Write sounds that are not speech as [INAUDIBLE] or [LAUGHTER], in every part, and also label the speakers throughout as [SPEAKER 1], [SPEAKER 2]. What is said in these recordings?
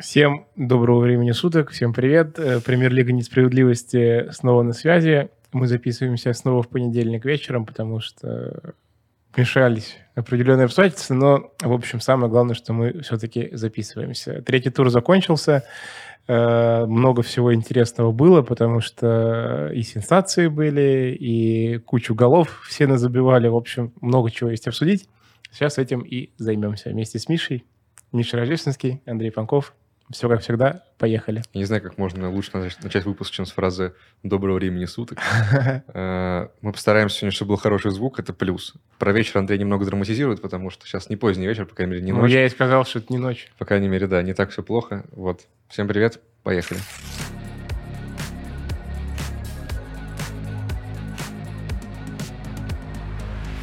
[SPEAKER 1] Всем доброго времени суток, всем привет. Э, Премьер-лига несправедливости снова на связи. Мы записываемся снова в понедельник вечером, потому что мешались определенные обстоятельства, но, в общем, самое главное, что мы все-таки записываемся. Третий тур закончился, Э, много всего интересного было, потому что и сенсации были, и кучу голов все назабивали, в общем, много чего есть обсудить. Сейчас этим и займемся вместе с Мишей. Миша Рождественский, Андрей Панков. Все как всегда, поехали.
[SPEAKER 2] Я не знаю, как можно лучше нач- начать выпуск, чем с фразы «доброго времени суток». Э, Мы постараемся сегодня, чтобы был хороший звук, это плюс. Про вечер Андрей немного драматизирует, потому что сейчас не поздний вечер, по крайней мере, не
[SPEAKER 1] Ну,
[SPEAKER 2] ночь.
[SPEAKER 1] я и сказал, что это не ночь.
[SPEAKER 2] По крайней мере, да, не так все плохо. Вот. Всем привет, поехали.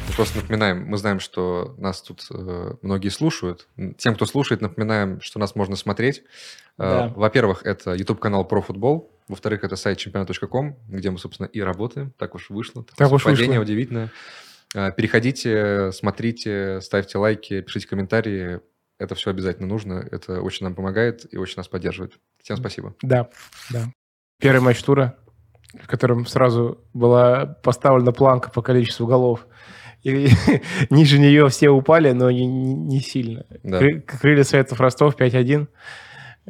[SPEAKER 2] Мы Просто напоминаем, мы знаем, что нас тут э, многие слушают. М, Тем, кто слушает, напоминаем, что нас можно смотреть. Э,
[SPEAKER 1] Да.
[SPEAKER 2] Во-первых, это YouTube-канал про футбол. Во-вторых, это сайт чемпионат.ком, где мы, собственно, и работаем. Так уж вышло.
[SPEAKER 1] Так уж
[SPEAKER 2] совпадение
[SPEAKER 1] вышло.
[SPEAKER 2] удивительное. Э, Переходите, смотрите, ставьте лайки, пишите комментарии. Это все обязательно нужно. Это очень нам помогает и очень нас поддерживает. Всем спасибо.
[SPEAKER 1] Да, да. Первый матч тура, в котором сразу была поставлена планка по количеству голов. И [LAUGHS] ниже нее все упали, но не, не- не сильно.
[SPEAKER 2] Да.
[SPEAKER 1] Кры- Крылья Советов Ростов 5-1.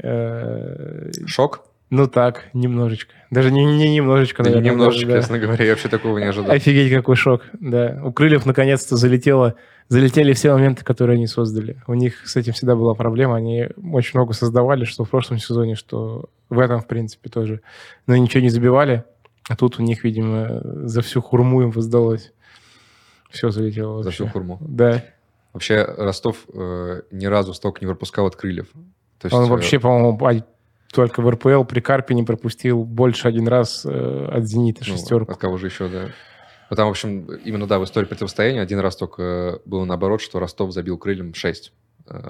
[SPEAKER 1] Э,
[SPEAKER 2] Шок?
[SPEAKER 1] Ну так, немножечко. Даже не, не немножечко,
[SPEAKER 2] Да
[SPEAKER 1] наверное.
[SPEAKER 2] немножечко,
[SPEAKER 1] даже, да.
[SPEAKER 2] честно говоря, я вообще такого
[SPEAKER 1] [LAUGHS]
[SPEAKER 2] не ожидал.
[SPEAKER 1] Офигеть, какой шок. Да. У крыльев наконец-то залетело. Залетели все моменты, которые они создали. У них с этим всегда была проблема. Они очень много создавали, что в прошлом сезоне, что в этом, в принципе, тоже. Но ничего не забивали. А тут у них, видимо, за всю хурму им воздалось. Все залетело
[SPEAKER 2] За
[SPEAKER 1] вообще.
[SPEAKER 2] всю хурму.
[SPEAKER 1] Да.
[SPEAKER 2] Вообще, Ростов э, ни разу столько не выпускал от крыльев. То есть,
[SPEAKER 1] Он
[SPEAKER 2] э,
[SPEAKER 1] вообще, по-моему, а- только в РПЛ при Карпине пропустил больше один раз э, от «Зенита»
[SPEAKER 2] ну,
[SPEAKER 1] шестерку.
[SPEAKER 2] От кого же еще, да. Ну, Там, в общем, именно, да, в истории противостояния один раз только э, было наоборот, что Ростов забил крыльям 6.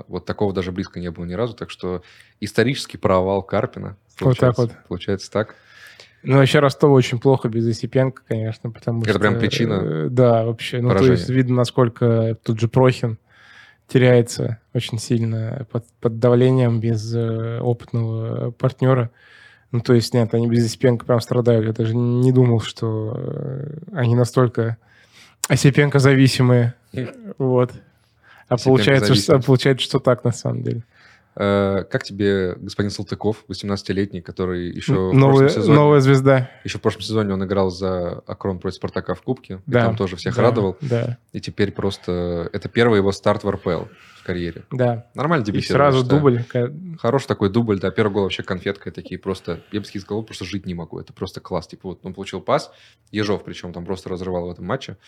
[SPEAKER 2] Вот такого даже близко не было ни разу. Так что исторический провал Карпина.
[SPEAKER 1] Вот так
[SPEAKER 2] Получается- Получается так.
[SPEAKER 1] Ну, вообще Ростова очень плохо без Осипенко, конечно, потому
[SPEAKER 2] Это
[SPEAKER 1] что...
[SPEAKER 2] прям причина
[SPEAKER 1] э, Да, вообще. Ну, то
[SPEAKER 2] поражения.
[SPEAKER 1] есть видно, насколько тот же Прохин теряется очень сильно под, под давлением без э, опытного партнера. Ну, то есть, нет, они без Осипенко прям страдают. Я даже не думал, что э, они настолько Осипенко зависимые. Вот. А
[SPEAKER 2] Хм. Осипенко
[SPEAKER 1] получается, что, а
[SPEAKER 2] зависимость.
[SPEAKER 1] получается, что так на самом деле.
[SPEAKER 2] Э, Как тебе господин Салтыков, 18-летний, который еще в,
[SPEAKER 1] Новая,
[SPEAKER 2] прошлом сезоне,
[SPEAKER 1] новая звезда.
[SPEAKER 2] еще в прошлом сезоне он играл за Акрон против Спартака в Кубке, и
[SPEAKER 1] Да.
[SPEAKER 2] там тоже всех
[SPEAKER 1] Да,
[SPEAKER 2] радовал,
[SPEAKER 1] Да,
[SPEAKER 2] и теперь просто... Это первый его старт в РПЛ в карьере.
[SPEAKER 1] да.
[SPEAKER 2] Нормально
[SPEAKER 1] И
[SPEAKER 2] дебютировал.
[SPEAKER 1] сразу
[SPEAKER 2] я считаю.
[SPEAKER 1] дубль. ка-
[SPEAKER 2] Хороший такой дубль, да, первый гол вообще конфеткой такие просто, я бы сказал, просто жить не могу, это просто класс. Типа вот он получил пас, Ежов причем там просто разрывал в этом матче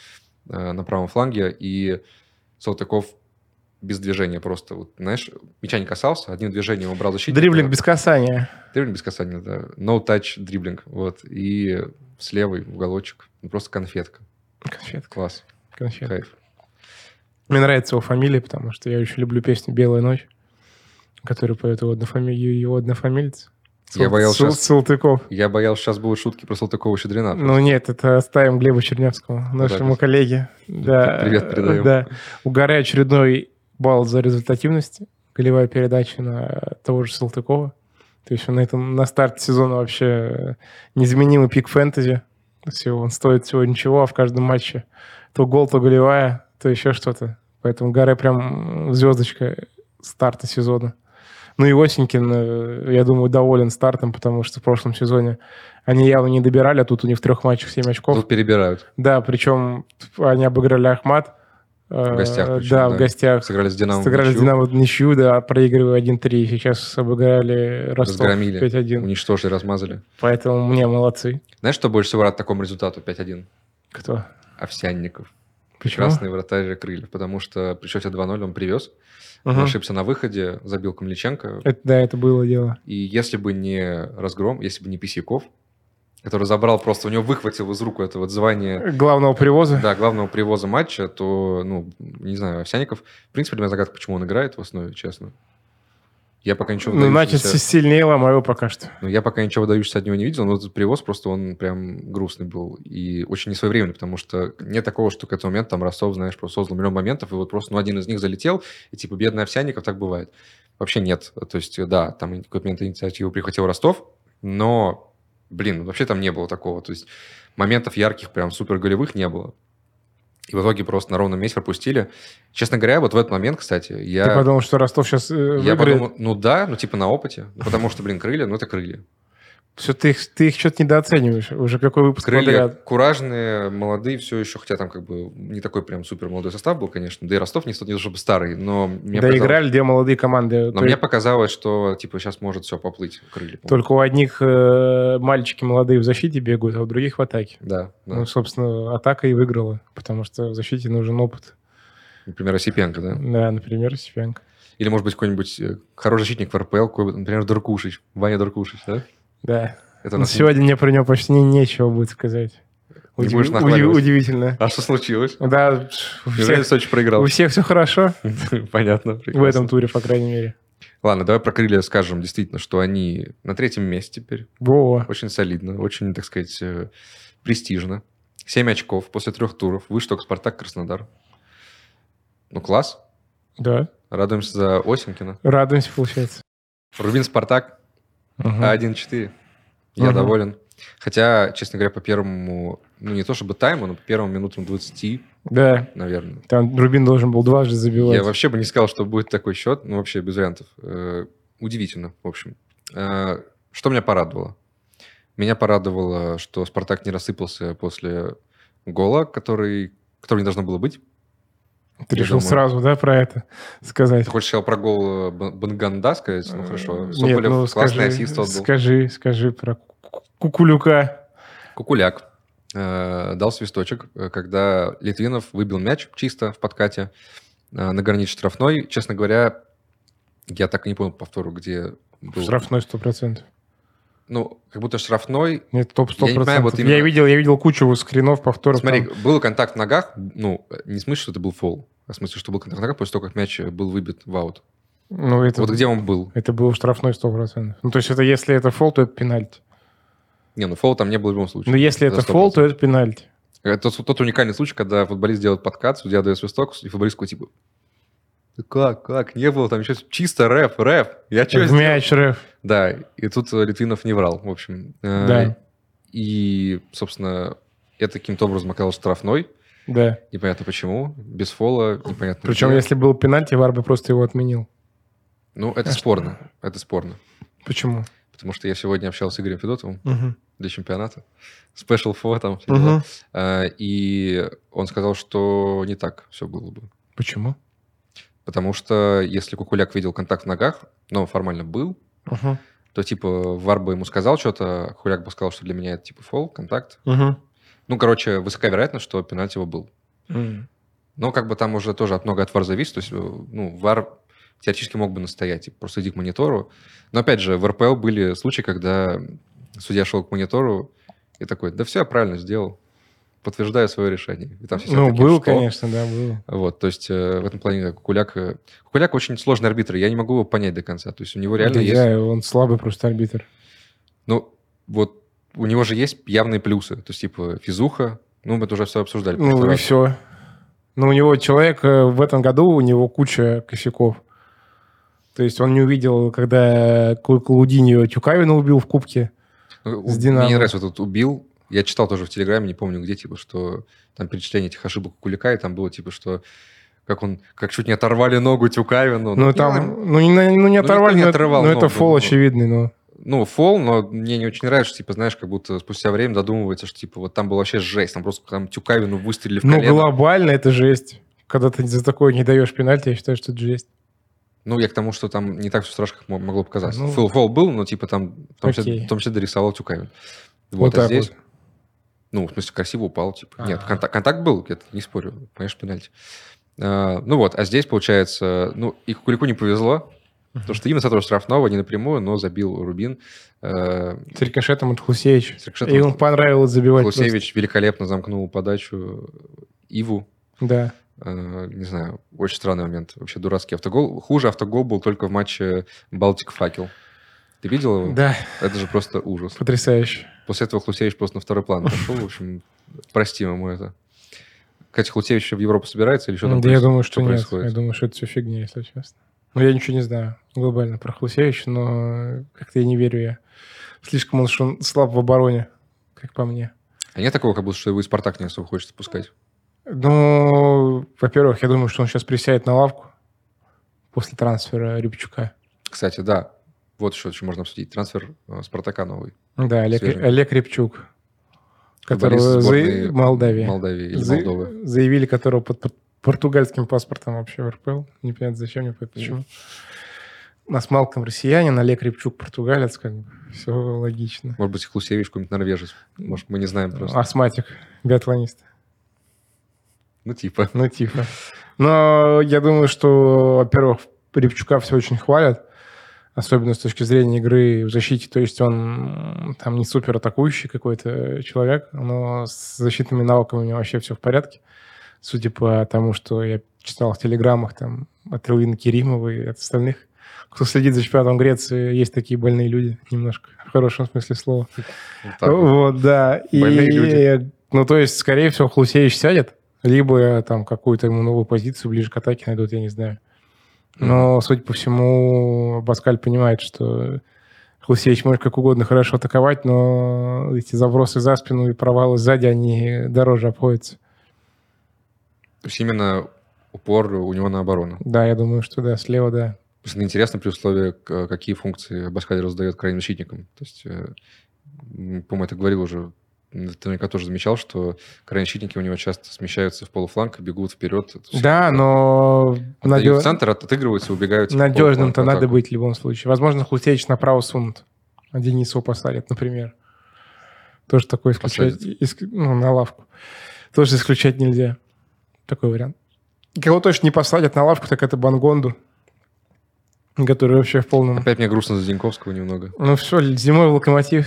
[SPEAKER 2] э, на правом фланге, и Салтыков без движения просто, вот, знаешь, мяча не касался, одним движением убрал защитника.
[SPEAKER 1] Дриблинг без касания.
[SPEAKER 2] Дриблинг без касания, да. No touch дриблинг, вот, и с левой в уголочек, ну, просто конфетка,
[SPEAKER 1] Конфетка,
[SPEAKER 2] класс,
[SPEAKER 1] конфетка.
[SPEAKER 2] кайф.
[SPEAKER 1] Мне нравится его фамилия, потому что я очень люблю песню «Белая ночь», которую поет его, однофами... его однофамилец.
[SPEAKER 2] Я
[SPEAKER 1] Сал-
[SPEAKER 2] боялся А,
[SPEAKER 1] Сал-
[SPEAKER 2] щас-
[SPEAKER 1] Салтыков.
[SPEAKER 2] Я боялся, сейчас будут шутки про Салтыкова-Щедрина.
[SPEAKER 1] Ну нет, это оставим Глебу Чернявскому, нашему
[SPEAKER 2] конечно.
[SPEAKER 1] коллеге. Да,
[SPEAKER 2] Привет передаем.
[SPEAKER 1] Э, Да. Угорай очередной балл за результативность. Голевая передача на того же Салтыкова. То есть он на, этом, на старте сезона вообще незаменимый пик фэнтези. Всего, он стоит всего ничего, а в каждом матче то гол, то голевая, то еще что-то. Поэтому Гаре прям звездочка старта сезона. Ну и Осенькин, э, я думаю, доволен стартом, потому что в прошлом сезоне они явно не добирали, а тут у них в трех матчах 7 очков.
[SPEAKER 2] Тут перебирают.
[SPEAKER 1] Да, причем они обыграли Ахмат. В
[SPEAKER 2] гостях причем,
[SPEAKER 1] да, в
[SPEAKER 2] да.
[SPEAKER 1] гостях.
[SPEAKER 2] Сыграли с Динамо. в
[SPEAKER 1] Сыграли с
[SPEAKER 2] ничью,
[SPEAKER 1] Динамо в ничью, да, проигрывая 1-3. Сейчас обыграли Ростов
[SPEAKER 2] Разгромили.
[SPEAKER 1] 5-1.
[SPEAKER 2] Уничтожили, размазали.
[SPEAKER 1] Поэтому мне молодцы.
[SPEAKER 2] Знаешь, что больше всего рад такому результату 5-1?
[SPEAKER 1] Кто?
[SPEAKER 2] Овсянников.
[SPEAKER 1] Почему?
[SPEAKER 2] Красный вратарь крыльев. Потому что при счете 2-0 он привез,
[SPEAKER 1] Мгм.
[SPEAKER 2] ошибся на выходе, забил Камличенко.
[SPEAKER 1] Это, да, это было дело.
[SPEAKER 2] И если бы не разгром, если бы не Писяков, который забрал просто, у него выхватил из рук это вот звание
[SPEAKER 1] Главного привоза.
[SPEAKER 2] да, главного привоза матча, то, ну, не знаю, Овсянников, в принципе, для меня загадка, почему он играет в основе, честно. Я пока ничего
[SPEAKER 1] ну, значит,
[SPEAKER 2] выдающегося-
[SPEAKER 1] сильнее ломаю пока что.
[SPEAKER 2] Ну, я пока ничего выдающегося от него не видел, но этот привоз просто он прям грустный был и очень несвоевременный, потому что нет такого, что к этому моменту там Ростов, знаешь, просто создал миллион моментов, и вот просто ну, один из них залетел, и типа бедный Овсянников, так бывает. Вообще нет. То есть, да, там в какой-то момент инициативу прихватил Ростов, но, блин, вообще там не было такого. То есть моментов ярких, прям супер голевых не было. И в итоге просто на ровном месте пропустили. Честно говоря, вот в этот момент, кстати, я...
[SPEAKER 1] Ты подумал, что Ростов сейчас э,
[SPEAKER 2] Я
[SPEAKER 1] выиграет?
[SPEAKER 2] подумал, ну да, ну типа на опыте, Ну, потому что, блин, крылья, ну это крылья.
[SPEAKER 1] Всё, ты их, ты их что-то недооцениваешь. Уже какой выпуск
[SPEAKER 2] Крылья
[SPEAKER 1] подряд.
[SPEAKER 2] куражные, молодые все еще, хотя там как бы не такой прям супер молодой состав был, конечно, да и Ростов не, ст- не то чтобы старый, но мне,
[SPEAKER 1] Да
[SPEAKER 2] показалось-
[SPEAKER 1] играли две молодые команды.
[SPEAKER 2] но
[SPEAKER 1] То-
[SPEAKER 2] мне показалось, что типа сейчас может все поплыть крылья. по-моему.
[SPEAKER 1] Только у одних э, мальчики молодые в защите бегают, а у других в атаке.
[SPEAKER 2] Да, да.
[SPEAKER 1] Ну, собственно, атака и выиграла, потому что в защите нужен опыт.
[SPEAKER 2] Например, Осипенко, да?
[SPEAKER 1] Да, например, Сипенко.
[SPEAKER 2] Или, может быть, какой-нибудь э, хороший защитник в РПЛ, какой, например, Дуркушич, Ваня Дуркушич, да?
[SPEAKER 1] Да.
[SPEAKER 2] Это
[SPEAKER 1] Ну,
[SPEAKER 2] нас-
[SPEAKER 1] сегодня мне про него почти не- нечего будет сказать.
[SPEAKER 2] Не
[SPEAKER 1] Удив-
[SPEAKER 2] будешь
[SPEAKER 1] уди-
[SPEAKER 2] нахваливать.
[SPEAKER 1] Удивительно.
[SPEAKER 2] А
[SPEAKER 1] [LAUGHS]
[SPEAKER 2] что случилось?
[SPEAKER 1] Да, пш, у
[SPEAKER 2] Неужели
[SPEAKER 1] всех,
[SPEAKER 2] Сочи проиграл?
[SPEAKER 1] у всех все хорошо.
[SPEAKER 2] [LAUGHS] Понятно.
[SPEAKER 1] В этом
[SPEAKER 2] прекрасно.
[SPEAKER 1] туре, по крайней мере.
[SPEAKER 2] Ладно, давай про крылья скажем действительно, что они на третьем месте теперь.
[SPEAKER 1] Во.
[SPEAKER 2] Очень солидно, очень, так сказать, э, престижно. Семь очков после трех туров. Выше только Спартак Краснодар. Ну, класс.
[SPEAKER 1] Да.
[SPEAKER 2] Радуемся за Осенькина.
[SPEAKER 1] Радуемся, получается.
[SPEAKER 2] Рубин Спартак
[SPEAKER 1] Мгм.
[SPEAKER 2] А 1-4. Я
[SPEAKER 1] Мгм.
[SPEAKER 2] доволен. Хотя, честно говоря, по первому, ну не то чтобы тайму, но по первым минутам 20,
[SPEAKER 1] Да.
[SPEAKER 2] наверное.
[SPEAKER 1] Там Рубин должен был дважды забивать.
[SPEAKER 2] Я вообще бы не сказал, что будет такой счет, ну вообще без вариантов. Э, Удивительно, в общем. Э, Что меня порадовало? Меня порадовало, что «Спартак» не рассыпался после гола, который, которого не должно было быть.
[SPEAKER 1] Ты
[SPEAKER 2] я
[SPEAKER 1] решил
[SPEAKER 2] думаю.
[SPEAKER 1] сразу, да, про это сказать?
[SPEAKER 2] Ты хочешь сначала про гол э, Бан- Банганда сказать? Ну хорошо.
[SPEAKER 1] Э,
[SPEAKER 2] Соболев
[SPEAKER 1] нет, ну,
[SPEAKER 2] классный
[SPEAKER 1] скажи,
[SPEAKER 2] ассист отдал.
[SPEAKER 1] Скажи, скажи про Ку- Кукулюка.
[SPEAKER 2] Кукуляк э, дал свисточек, э, когда Литвинов выбил мяч чисто в подкате э, на границе штрафной. Честно говоря, я так и не понял по повтору, где был.
[SPEAKER 1] Штрафной 100%.
[SPEAKER 2] Ну, как будто штрафной.
[SPEAKER 1] Нет, топ 100%.
[SPEAKER 2] Я не понимаю, вот
[SPEAKER 1] я,
[SPEAKER 2] именно-
[SPEAKER 1] видел, я видел кучу скринов, повторов.
[SPEAKER 2] Смотри,
[SPEAKER 1] там.
[SPEAKER 2] был контакт в ногах. Ну, э, не в смысле, что это был фол, а в смысле, что был контакт в ногах после того, как мяч э, был выбит в аут.
[SPEAKER 1] ну, это,
[SPEAKER 2] Вот где он был?
[SPEAKER 1] это был штрафной 100%. Ну, то есть это если это фол, то это пенальти.
[SPEAKER 2] Не, ну фол там не было в любом случае.
[SPEAKER 1] Но Ну, если
[SPEAKER 2] Это
[SPEAKER 1] это фол, то это пенальти.
[SPEAKER 2] Э, Тот, тот уникальный случай, когда футболист делает подкат, судья дает свисток, и футболист такой, типа, «Да как, как, не было там еще чисто рэп, рэп, я что
[SPEAKER 1] В мяч, реф.
[SPEAKER 2] Да, и тут э, Литвинов не врал, в общем. Э,
[SPEAKER 1] Да.
[SPEAKER 2] И, собственно, это каким-то образом оказалось штрафной,
[SPEAKER 1] Да.
[SPEAKER 2] непонятно почему, без фола, непонятно.
[SPEAKER 1] Причем,
[SPEAKER 2] где.
[SPEAKER 1] если был пенальти, Вар бы просто его отменил.
[SPEAKER 2] Ну, это спорно, это спорно.
[SPEAKER 1] Почему?
[SPEAKER 2] Потому что я сегодня общался с Игорем Федотовым для чемпионата, спешл фо там, все дела.
[SPEAKER 1] Мгм.
[SPEAKER 2] Э, и он сказал, что не так все было бы.
[SPEAKER 1] Почему?
[SPEAKER 2] Потому что если Кукуляк видел контакт в ногах, но формально был,
[SPEAKER 1] Мгм.
[SPEAKER 2] то типа Вар бы ему сказал что-то, а Кукуляк бы сказал, что для меня это типа фол, контакт.
[SPEAKER 1] Мгм.
[SPEAKER 2] Ну, короче, высока вероятность, что пенальти его был.
[SPEAKER 1] М.
[SPEAKER 2] Но как бы там уже тоже от много от Вар зависит. То есть, э, ну, Вар теоретически мог бы настоять, типа, просто иди к монитору. Но опять же, в РПЛ были случаи, когда судья шел к монитору и такой, да все, я правильно сделал, подтверждаю свое решение. И там все
[SPEAKER 1] Ну,
[SPEAKER 2] такие,
[SPEAKER 1] был,
[SPEAKER 2] «Что?»
[SPEAKER 1] конечно, да, был.
[SPEAKER 2] Вот, то есть э, в этом плане Кукуляк... э, Кукуляк очень сложный арбитр, я не могу его понять до конца. То есть у него реально
[SPEAKER 1] Да,
[SPEAKER 2] есть...
[SPEAKER 1] я- Он слабый просто арбитр.
[SPEAKER 2] Ну, вот у него же есть явные плюсы. То есть, типа, физуха, ну, мы это уже все обсуждали. в прошлый
[SPEAKER 1] Ну и
[SPEAKER 2] раз.
[SPEAKER 1] все. Ну, у него человек э, в этом году, у него куча косяков. То есть он не увидел, когда Клаудиньо Тюкавина убил в кубке.
[SPEAKER 2] Ну, у-
[SPEAKER 1] с «Динамо».
[SPEAKER 2] Мне не нравится, вот этот убил. Я читал тоже в Телеграме, не помню где, типа, что там перечисление этих ошибок Кулика, и там было, типа, что как он, как чуть не оторвали ногу Тюкавину.
[SPEAKER 1] Ну,
[SPEAKER 2] делаем.
[SPEAKER 1] там, ну, не, ну, не оторвали,
[SPEAKER 2] никто не
[SPEAKER 1] но,
[SPEAKER 2] отрывал
[SPEAKER 1] но это
[SPEAKER 2] ногу,
[SPEAKER 1] фол
[SPEAKER 2] ну.
[SPEAKER 1] очевидный, но...
[SPEAKER 2] Ну, фол, но мне не очень нравится, что, типа, знаешь, как будто спустя время додумывается, что, типа, вот там была вообще жесть, там просто там Тюкавину выстрелили в
[SPEAKER 1] Ну,
[SPEAKER 2] колено.
[SPEAKER 1] глобально это жесть. Когда ты за такое не даешь пенальти, я считаю, что это жесть.
[SPEAKER 2] Ну, я к тому, что там не так все страшно, как мо- могло показаться.
[SPEAKER 1] Ну.
[SPEAKER 2] фол, фол был, но, типа, там, в том числе,
[SPEAKER 1] Окей.
[SPEAKER 2] в том числе дорисовал Тюкавин. Вот,
[SPEAKER 1] Вот
[SPEAKER 2] а
[SPEAKER 1] так
[SPEAKER 2] здесь...
[SPEAKER 1] вот.
[SPEAKER 2] Ну, в смысле, красиво упал, типа. Нет,
[SPEAKER 1] Ага.
[SPEAKER 2] контакт, контакт был, это не спорю, конечно, пенальти. А, ну вот, а здесь, получается, ну, и Кулику не повезло, потому что именно с этого штрафного, не напрямую, но забил Рубин. Э,
[SPEAKER 1] С рикошетом от Хусевич.
[SPEAKER 2] с рикошетом
[SPEAKER 1] И ему понравилось забивать. просто.
[SPEAKER 2] Клусевич великолепно замкнул подачу Иву.
[SPEAKER 1] Да.
[SPEAKER 2] Э, не знаю, очень странный момент. Вообще дурацкий автогол. Хуже автогол был только в матче Балтик-Факел. Ты видел его?
[SPEAKER 1] Да,
[SPEAKER 2] Это же просто ужас.
[SPEAKER 1] потрясающе.
[SPEAKER 2] После этого Хлусевич просто на второй план пошел. В общем, прости ему это. Кстати, Хлусевич в Европу собирается или что там
[SPEAKER 1] Ну, Да я
[SPEAKER 2] проис-
[SPEAKER 1] думаю, что,
[SPEAKER 2] что
[SPEAKER 1] нет.
[SPEAKER 2] происходит?
[SPEAKER 1] Я думаю, что это все фигня, если честно. Но я ничего не знаю глобально про Хлусевича, но как-то я не верю я. Слишком он шум- слаб в обороне, как по мне.
[SPEAKER 2] А нет такого, как будто, что его и Спартак не особо хочется пускать?
[SPEAKER 1] Ну, во-первых, я думаю, что он сейчас присядет на лавку после трансфера Рябчука.
[SPEAKER 2] Кстати, да, вот еще что можно обсудить. Трансфер э, Спартака новый.
[SPEAKER 1] Да, Олег,
[SPEAKER 2] Свежий.
[SPEAKER 1] Олег Рябчук,
[SPEAKER 2] Футболист
[SPEAKER 1] которого
[SPEAKER 2] сборной
[SPEAKER 1] за... Молдавии.
[SPEAKER 2] Молдавии или
[SPEAKER 1] За-
[SPEAKER 2] Молдовы.
[SPEAKER 1] Заявили, которого под пор- португальским паспортом вообще в РПЛ. Непонятно, зачем, не понятно, почему. У нас Малком россиянин, Олег Рябчук португалец, как бы. Все логично.
[SPEAKER 2] Может быть, Хлусевич какой-нибудь норвежец. Может, мы не знаем
[SPEAKER 1] Э,
[SPEAKER 2] просто.
[SPEAKER 1] Астматик, биатлонист.
[SPEAKER 2] Ну, типа.
[SPEAKER 1] [LAUGHS] Ну, тихо. Но я думаю, что, во-первых, Рябчука все очень хвалят, особенно с точки зрения игры в защите. То есть он м, там не супер атакующий какой-то человек, но с защитными навыками у него вообще все в порядке. Судя по тому, что я читал в телеграммах там от Рувина Керимова и от остальных, кто следит за чемпионатом Греции, есть такие больные люди немножко, в хорошем смысле слова.
[SPEAKER 2] вот
[SPEAKER 1] Э,
[SPEAKER 2] так вот.
[SPEAKER 1] Вот, да. И,
[SPEAKER 2] Больные люди.
[SPEAKER 1] ну, то есть, скорее всего, Хлусевич сядет, либо э, там какую-то ему новую позицию ближе к атаке найдут, я не знаю. Но, судя по всему, Баскаль понимает, что Хлусевич может как угодно хорошо атаковать, но эти забросы за спину и провалы сзади, они дороже обходятся.
[SPEAKER 2] То есть именно упор у него на оборону.
[SPEAKER 1] Да, я думаю, что да, слева, да.
[SPEAKER 2] Просто интересно при условии, к- какие функции Баскаль раздает крайним защитникам. То есть, э, м, по-моему, это говорил уже, м, ты наверняка тоже замечал, что крайние защитники у него часто смещаются в полуфланг, и бегут вперед. То есть
[SPEAKER 1] Да, но
[SPEAKER 2] отдают
[SPEAKER 1] надё-
[SPEAKER 2] в центр, от- отыгрываются, убегают. в а
[SPEAKER 1] надежным-то
[SPEAKER 2] полуфланг в
[SPEAKER 1] надо
[SPEAKER 2] атаку.
[SPEAKER 1] быть в любом случае. Возможно, Хлусевич направо сунут, а Денисова посадят, например. Тоже такое исключать... иск- Ну, на лавку. Тоже исключать нельзя. Такой вариант. Кого точно не посадят на лавку, так это Бангонду, который вообще в полном...
[SPEAKER 2] Опять мне грустно за Зиньковского немного.
[SPEAKER 1] Ну все, зимой в локомотив.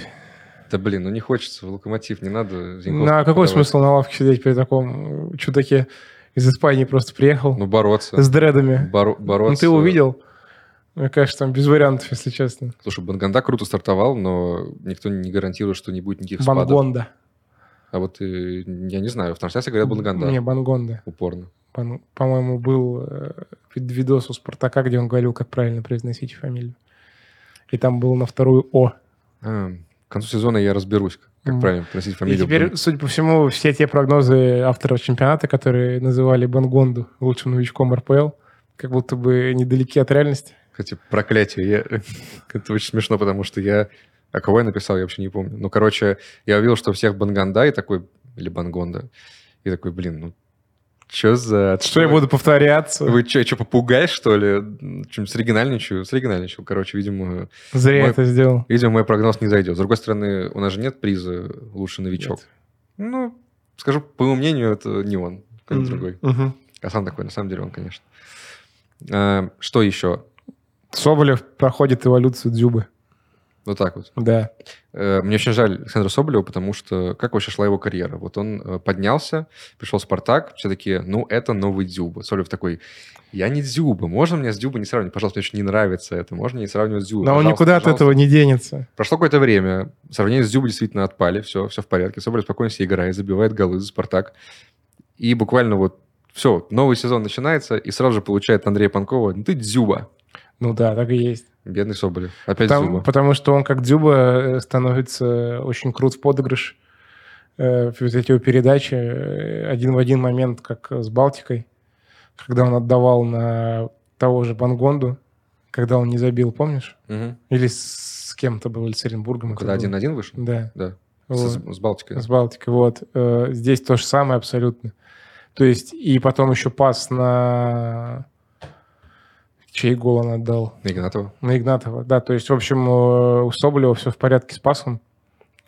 [SPEAKER 2] Да блин, ну не хочется, в локомотив не надо. Зиньковского
[SPEAKER 1] На какой
[SPEAKER 2] подавать.
[SPEAKER 1] смысл на лавке сидеть при таком э, чудаке из Испании просто приехал
[SPEAKER 2] Ну бороться.
[SPEAKER 1] с дредами?
[SPEAKER 2] Боро-
[SPEAKER 1] Ну
[SPEAKER 2] бороться.
[SPEAKER 1] ты увидел? Мне кажется, там без вариантов, если честно.
[SPEAKER 2] Слушай, Банганда круто стартовал, но никто не гарантирует, что не будет никаких спадов.
[SPEAKER 1] Бангонда.
[SPEAKER 2] А вот э, я не знаю, в трансляции говорят Банганда
[SPEAKER 1] Не, Бангонда.
[SPEAKER 2] упорно.
[SPEAKER 1] Бан- По-моему, был э, вид- видос у Спартака, где он говорил, как правильно произносить фамилию. И там было на вторую О.
[SPEAKER 2] А, к концу сезона я разберусь, как, как
[SPEAKER 1] Мгм.
[SPEAKER 2] правильно просить фамилию.
[SPEAKER 1] И теперь, судя по всему, все те прогнозы авторов чемпионата, которые называли Бангонду лучшим новичком РПЛ, как будто бы недалеки от реальности.
[SPEAKER 2] Кстати, проклятие. я- [LAUGHS] Это очень смешно, потому что я... А кого я написал, я вообще не помню. Ну, короче, я увидел, что у всех Банганда и такой... Или Бангонда. И такой, блин, ну... Что за...
[SPEAKER 1] Что я
[SPEAKER 2] отстой?
[SPEAKER 1] буду повторяться?
[SPEAKER 2] Вы что, я что, попугай, что ли? Чем-нибудь соригинальничаю? Соригинальничал. Короче, видимо,
[SPEAKER 1] Зря
[SPEAKER 2] Мы-
[SPEAKER 1] это сделал.
[SPEAKER 2] видимо, мой прогноз не зайдет. С другой стороны, у нас же нет приза «Лучший новичок».
[SPEAKER 1] Нет.
[SPEAKER 2] Ну, скажу, по моему мнению, это не он, кто-нибудь
[SPEAKER 1] Мгм.
[SPEAKER 2] другой.
[SPEAKER 1] Мгм.
[SPEAKER 2] А сам такой, на самом деле, он, конечно. А, что еще?
[SPEAKER 1] Соболев проходит эволюцию Дзюбы.
[SPEAKER 2] Вот так вот.
[SPEAKER 1] Да.
[SPEAKER 2] Э, Мне очень жаль Александра Соболева, потому что как вообще шла его карьера? Вот он э, поднялся, пришел в «Спартак», все такие, ну, это новый Дзюба. Соболев такой, я не Дзюба, можно мне с Дзюбой не сравнивать? Пожалуйста, мне очень не нравится это, можно не сравнивать с Дзюбой?
[SPEAKER 1] Но он
[SPEAKER 2] Ну, Пожалуйста,
[SPEAKER 1] никуда от
[SPEAKER 2] пожалуйста».
[SPEAKER 1] этого не денется.
[SPEAKER 2] Прошло какое-то время, сравнение с Дзюбой действительно отпали, все, все в порядке. Соболев спокойно себе играет, забивает голы за «Спартак». И буквально вот все, новый сезон начинается, и сразу же получает Андрея Панкова, ну ты Дзюба,
[SPEAKER 1] Ну да, так и есть.
[SPEAKER 2] бедный Соболев, опять
[SPEAKER 1] Там-
[SPEAKER 2] Дзюба.
[SPEAKER 1] Потому что он, как Дзюба, э, становится очень крут в подыгрыш. Э, Вот эти его передачи э, один в один момент, как с Балтикой, когда он отдавал на того же Бангонду, когда он не забил, помнишь?
[SPEAKER 2] Мгм.
[SPEAKER 1] Или с кем-то был, или с Оренбургом. это
[SPEAKER 2] Когда
[SPEAKER 1] было.
[SPEAKER 2] один на один вышел?
[SPEAKER 1] Да.
[SPEAKER 2] Да.
[SPEAKER 1] Вот.
[SPEAKER 2] С, с Балтикой.
[SPEAKER 1] С Балтикой, вот. Э, Здесь то же самое абсолютно. То есть, и потом еще пас на... Чей гол он отдал?
[SPEAKER 2] Игнатова.
[SPEAKER 1] На Игнатова, да. То есть, в общем, э, у Соболева все в порядке с пасом.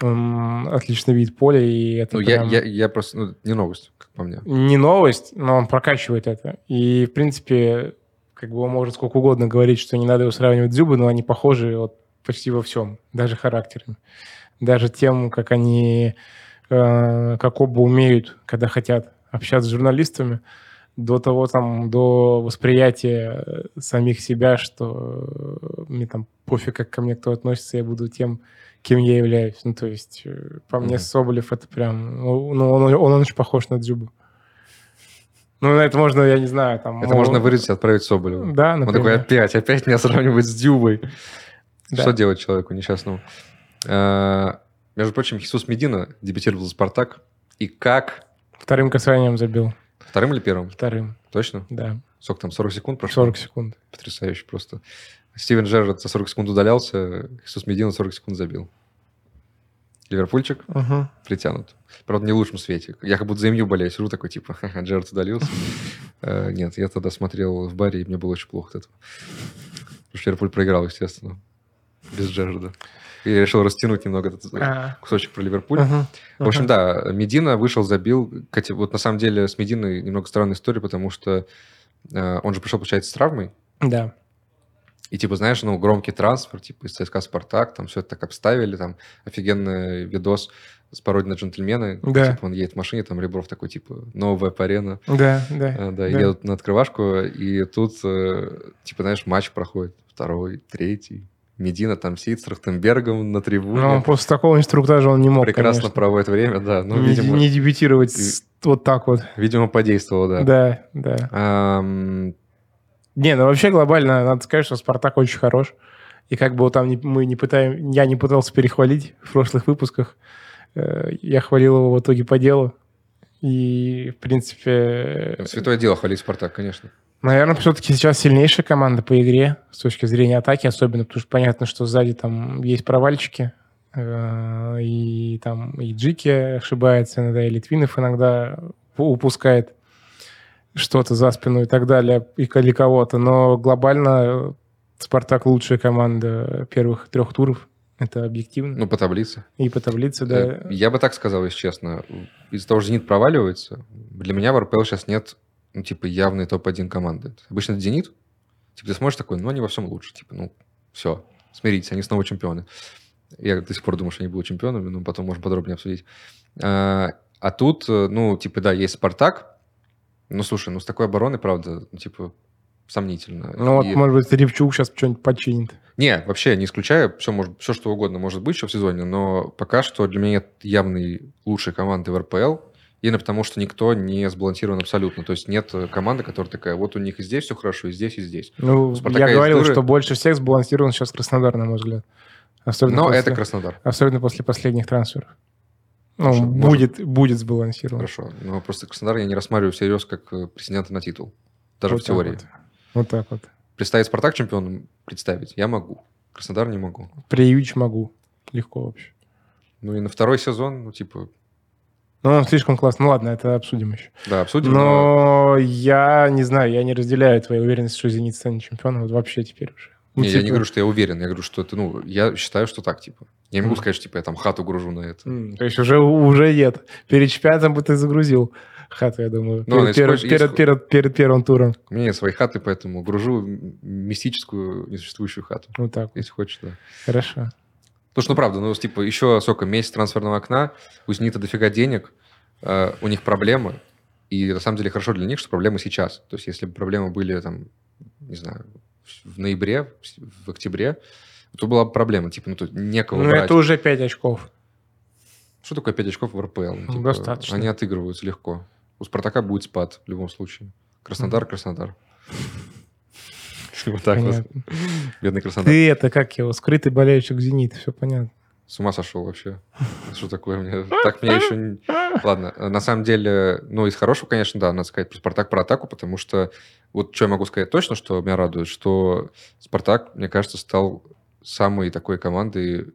[SPEAKER 1] М, Отличный вид поля, и это
[SPEAKER 2] Ну, я,
[SPEAKER 1] прям
[SPEAKER 2] я, я просто... Ну, не новость, как по мне.
[SPEAKER 1] не новость, но он прокачивает это. И, в принципе, как бы он может сколько угодно говорить, что не надо его сравнивать с Дзюбой, но они похожи вот почти во всем, даже характерами. Даже тем, как они, э, как оба умеют, когда хотят общаться с журналистами, до того там, до восприятия э, самих себя, что э, мне там пофиг, как ко мне кто относится, я буду тем, кем я являюсь. Ну, то есть, э, по мне,
[SPEAKER 2] Мгм.
[SPEAKER 1] ну, Соболев это прям... Ну, он, он- он очень похож на Дзюбу. Ну, на это можно, я не знаю, там...
[SPEAKER 2] Это можно вырезать и отправить Соболеву.
[SPEAKER 1] Ну, Да,
[SPEAKER 2] Он такой,
[SPEAKER 1] например.
[SPEAKER 2] опять, опять меня сравнивает с Дюбой.
[SPEAKER 1] Да.
[SPEAKER 2] Что делать человеку несчастному? Э, Между прочим, Хисус Медина дебютировал за «Спартак». И как?
[SPEAKER 1] Вторым касанием забил.
[SPEAKER 2] Вторым или первым?
[SPEAKER 1] Вторым,
[SPEAKER 2] Точно?
[SPEAKER 1] да.
[SPEAKER 2] Сколько там, 40 секунд прошло?
[SPEAKER 1] 40 секунд.
[SPEAKER 2] Потрясающе просто. Стивен Джерард за 40 секунд удалялся, Хисус Медина 40 секунд забил. Ливерпульчик
[SPEAKER 1] Угу.
[SPEAKER 2] притянут. Правда, не в лучшем свете. Я как будто за МЮ болею, сижу такой, типа, [LAUGHS] «Ха-ха, Джерард удалился. Э, Нет, я тогда смотрел в баре, и мне было очень плохо от этого. Потому что Ливерпуль проиграл, естественно, без Джерарда. И я решил растянуть немного этот
[SPEAKER 1] А.
[SPEAKER 2] кусочек про Ливерпуль. В общем, да, Медина вышел, забил. Кстати, вот на самом деле с Мединой немного странная история, потому что э, он же пришел, получается, с травмой.
[SPEAKER 1] Да.
[SPEAKER 2] И типа, знаешь, ну, громкий трансфер, типа из ЦСКА «Спартак», там все это так обставили, там офигенный видос с пародией на джентльмена.
[SPEAKER 1] Да.
[SPEAKER 2] Типа он едет в машине, там Ребров такой, типа, новая арена.
[SPEAKER 1] Да, да.
[SPEAKER 2] А, Да, и едут на открывашку, и тут, э, типа, знаешь, матч проходит второй, третий. Медина там сидит с Рахтенбергом на трибуне.
[SPEAKER 1] Но после такого инструктажа он не мог,
[SPEAKER 2] прекрасно
[SPEAKER 1] Ну, конечно.
[SPEAKER 2] проводит время, да. Ну,
[SPEAKER 1] не,
[SPEAKER 2] видимо,
[SPEAKER 1] не дебютировать с- вот так вот.
[SPEAKER 2] видимо, подействовало, да.
[SPEAKER 1] Да, да.
[SPEAKER 2] Ам,
[SPEAKER 1] Не, ну вообще глобально надо сказать, что Спартак очень хорош. И как бы вот там не- мы не пытаем, я не пытался перехвалить в прошлых выпусках. Э, Я хвалил его в итоге по делу. И, в принципе,
[SPEAKER 2] святое дело хвалить «Спартак», конечно.
[SPEAKER 1] наверное, все-таки сейчас сильнейшая команда по игре с точки зрения атаки, особенно потому что понятно, что сзади там есть провальчики. Э, И там и Джики ошибается иногда, и Литвинов иногда упускает что-то за спину и так далее, и к- или кого-то. Но глобально «Спартак» лучшая команда первых трех туров. Это объективно.
[SPEAKER 2] Ну, по таблице.
[SPEAKER 1] И по таблице,
[SPEAKER 2] Э,
[SPEAKER 1] да.
[SPEAKER 2] Я бы так сказал, если честно. Из-за того, что «Зенит» проваливается, для меня в РПЛ сейчас нет, ну, типа, явной топ-1 команды. Обычно это «Зенит», типа, ты смотришь такой, ну, они во всем лучше, типа, ну, все, смиритесь, они снова чемпионы. Я до сих пор думаю, что они будут чемпионами, но потом можем подробнее обсудить. А, а тут, э, ну, типа, да, есть «Спартак», ну, слушай, ну, с такой обороной, правда, ну, типа, сомнительно.
[SPEAKER 1] Ну вот,
[SPEAKER 2] И-
[SPEAKER 1] может быть, Рябчук сейчас что-нибудь починит.
[SPEAKER 2] не, вообще не исключаю. Все, может, все что угодно может быть еще в сезоне, но пока что для меня нет явной лучшей команды в РПЛ. Именно потому, что никто не сбалансирован абсолютно. То есть нет э, команды, которая такая, вот у них и здесь все хорошо, и здесь, и здесь.
[SPEAKER 1] Ну,
[SPEAKER 2] У «Спартака»
[SPEAKER 1] я
[SPEAKER 2] есть
[SPEAKER 1] говорил,
[SPEAKER 2] дыры.
[SPEAKER 1] что больше всех сбалансирован сейчас Краснодар, на мой взгляд. Особенно
[SPEAKER 2] Но
[SPEAKER 1] после-
[SPEAKER 2] это Краснодар.
[SPEAKER 1] Особенно после последних трансферов. Ну,
[SPEAKER 2] Хорошо,
[SPEAKER 1] будет, будет сбалансирован.
[SPEAKER 2] Хорошо. Но просто Краснодар я не рассматриваю всерьез как э, претендента на титул. Даже
[SPEAKER 1] Вот
[SPEAKER 2] в
[SPEAKER 1] так
[SPEAKER 2] теории.
[SPEAKER 1] вот. Вот так вот.
[SPEAKER 2] Представить Спартак чемпионом, представить я могу. Краснодар не могу.
[SPEAKER 1] Приюч могу. Легко вообще.
[SPEAKER 2] Ну и на второй сезон, ну типа,
[SPEAKER 1] Но он слишком классно. Ну ладно, это обсудим еще.
[SPEAKER 2] да, обсудим. но-
[SPEAKER 1] Но я не знаю, я не разделяю твоей уверенности, что «Зенит» станет чемпионом. Вот вообще теперь уже. Ну,
[SPEAKER 2] Не, я
[SPEAKER 1] типа,
[SPEAKER 2] не говорю, что я уверен. Я говорю, что это, ну, я считаю, что так, типа. Я не могу
[SPEAKER 1] Мгм.
[SPEAKER 2] сказать, что, типа, я там хату гружу на это.
[SPEAKER 1] м, То есть уже, уже нет. Перед чемпионатом бы ты загрузил хату, я думаю.
[SPEAKER 2] Ну,
[SPEAKER 1] перед,
[SPEAKER 2] если
[SPEAKER 1] перед-
[SPEAKER 2] хочешь,
[SPEAKER 1] перед-
[SPEAKER 2] если-
[SPEAKER 1] перед- перед первым туром.
[SPEAKER 2] У меня нет своей хаты, поэтому гружу м- мистическую, несуществующую хату,
[SPEAKER 1] Вот так. вот.
[SPEAKER 2] если хочешь, да.
[SPEAKER 1] Хорошо.
[SPEAKER 2] Потому что, ну, правда, ну, типа, еще сколько, месяц трансферного окна, у «Зенита» дофига денег, э, у них проблемы, и на самом деле хорошо для них, что проблемы сейчас. То есть, если бы проблемы были, там, не знаю, в в ноябре, в с- в октябре, то была бы проблема, типа, ну, тут некого
[SPEAKER 1] Ну,
[SPEAKER 2] брать.
[SPEAKER 1] это уже 5 очков.
[SPEAKER 2] Что такое 5 очков в РПЛ? Ну, типа,
[SPEAKER 1] достаточно.
[SPEAKER 2] Они отыгрываются легко. У Спартака будет спад в любом случае. Краснодар, Краснодар. [LAUGHS] Вот так вот.
[SPEAKER 1] Понятно.
[SPEAKER 2] Бедный Краснодар.
[SPEAKER 1] Ты это, как его, скрытый болельщик «Зенита», все понятно.
[SPEAKER 2] С ума сошел вообще. Что такое? Мне- Так меня еще... не- Ладно, на самом деле, ну, из хорошего, конечно, да, надо сказать про Спартак, про атаку, потому что вот что я могу сказать точно, что меня радует, что Спартак, мне кажется, стал самой такой командой,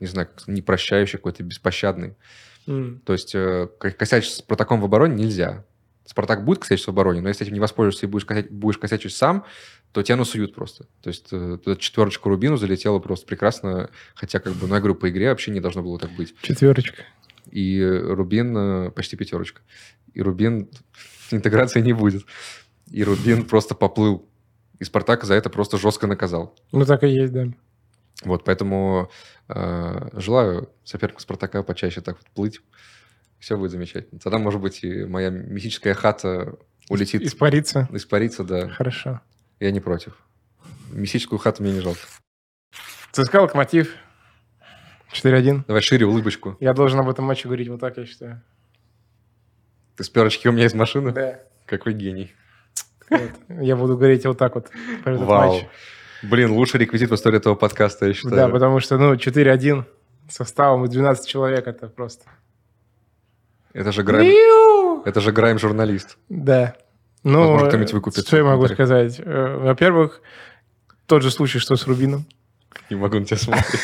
[SPEAKER 2] не знаю, как- не прощающей, какой-то беспощадной. То есть э, ко- косячить с Спартаком в обороне нельзя. Спартак будет косячить в обороне, но если этим не воспользуешься и будешь, косять, будешь косячить сам, то тебя насуют просто. То есть э, туда четверочка Рубину залетела просто прекрасно, хотя как бы, ну, я говорю, по игре вообще не должно было так быть.
[SPEAKER 1] Четверочка.
[SPEAKER 2] И э, Рубин э, почти пятерочка. И Рубин [LAUGHS] интеграции не будет. И Рубин просто поплыл. И Спартак за это просто жестко наказал.
[SPEAKER 1] Ну, так и есть, да.
[SPEAKER 2] Вот, поэтому э, желаю сопернику Спартака почаще так вот плыть. Все будет замечательно. Тогда, может быть, и моя мифическая хата улетит,
[SPEAKER 1] Испариться.
[SPEAKER 2] испарится, да.
[SPEAKER 1] Хорошо.
[SPEAKER 2] Я не против. Мистическую хату мне не жалко.
[SPEAKER 1] ЦСКА «Локомотив». 4-1.
[SPEAKER 2] Давай шире улыбочку.
[SPEAKER 1] Я должен об этом матче говорить, вот так я считаю.
[SPEAKER 2] Ты спер очки у меня из машины?
[SPEAKER 1] Да.
[SPEAKER 2] Какой гений.
[SPEAKER 1] Вот. Я буду говорить вот так вот про этот
[SPEAKER 2] Вау.
[SPEAKER 1] матч.
[SPEAKER 2] Блин, лучший реквизит в истории этого подкаста, я считаю.
[SPEAKER 1] Да, потому что, ну, 4-1 составом и 12 человек, это просто...
[SPEAKER 2] Это же Грайм,
[SPEAKER 1] Иу!
[SPEAKER 2] это же Грайм журналист.
[SPEAKER 1] Да. Ну,
[SPEAKER 2] Возможно, кто-нибудь выкупит
[SPEAKER 1] что я могу
[SPEAKER 2] комментарий.
[SPEAKER 1] сказать? Э, Во-первых, тот же случай, что с Рубином.
[SPEAKER 2] Не могу на тебя
[SPEAKER 1] [LAUGHS]
[SPEAKER 2] смотреть.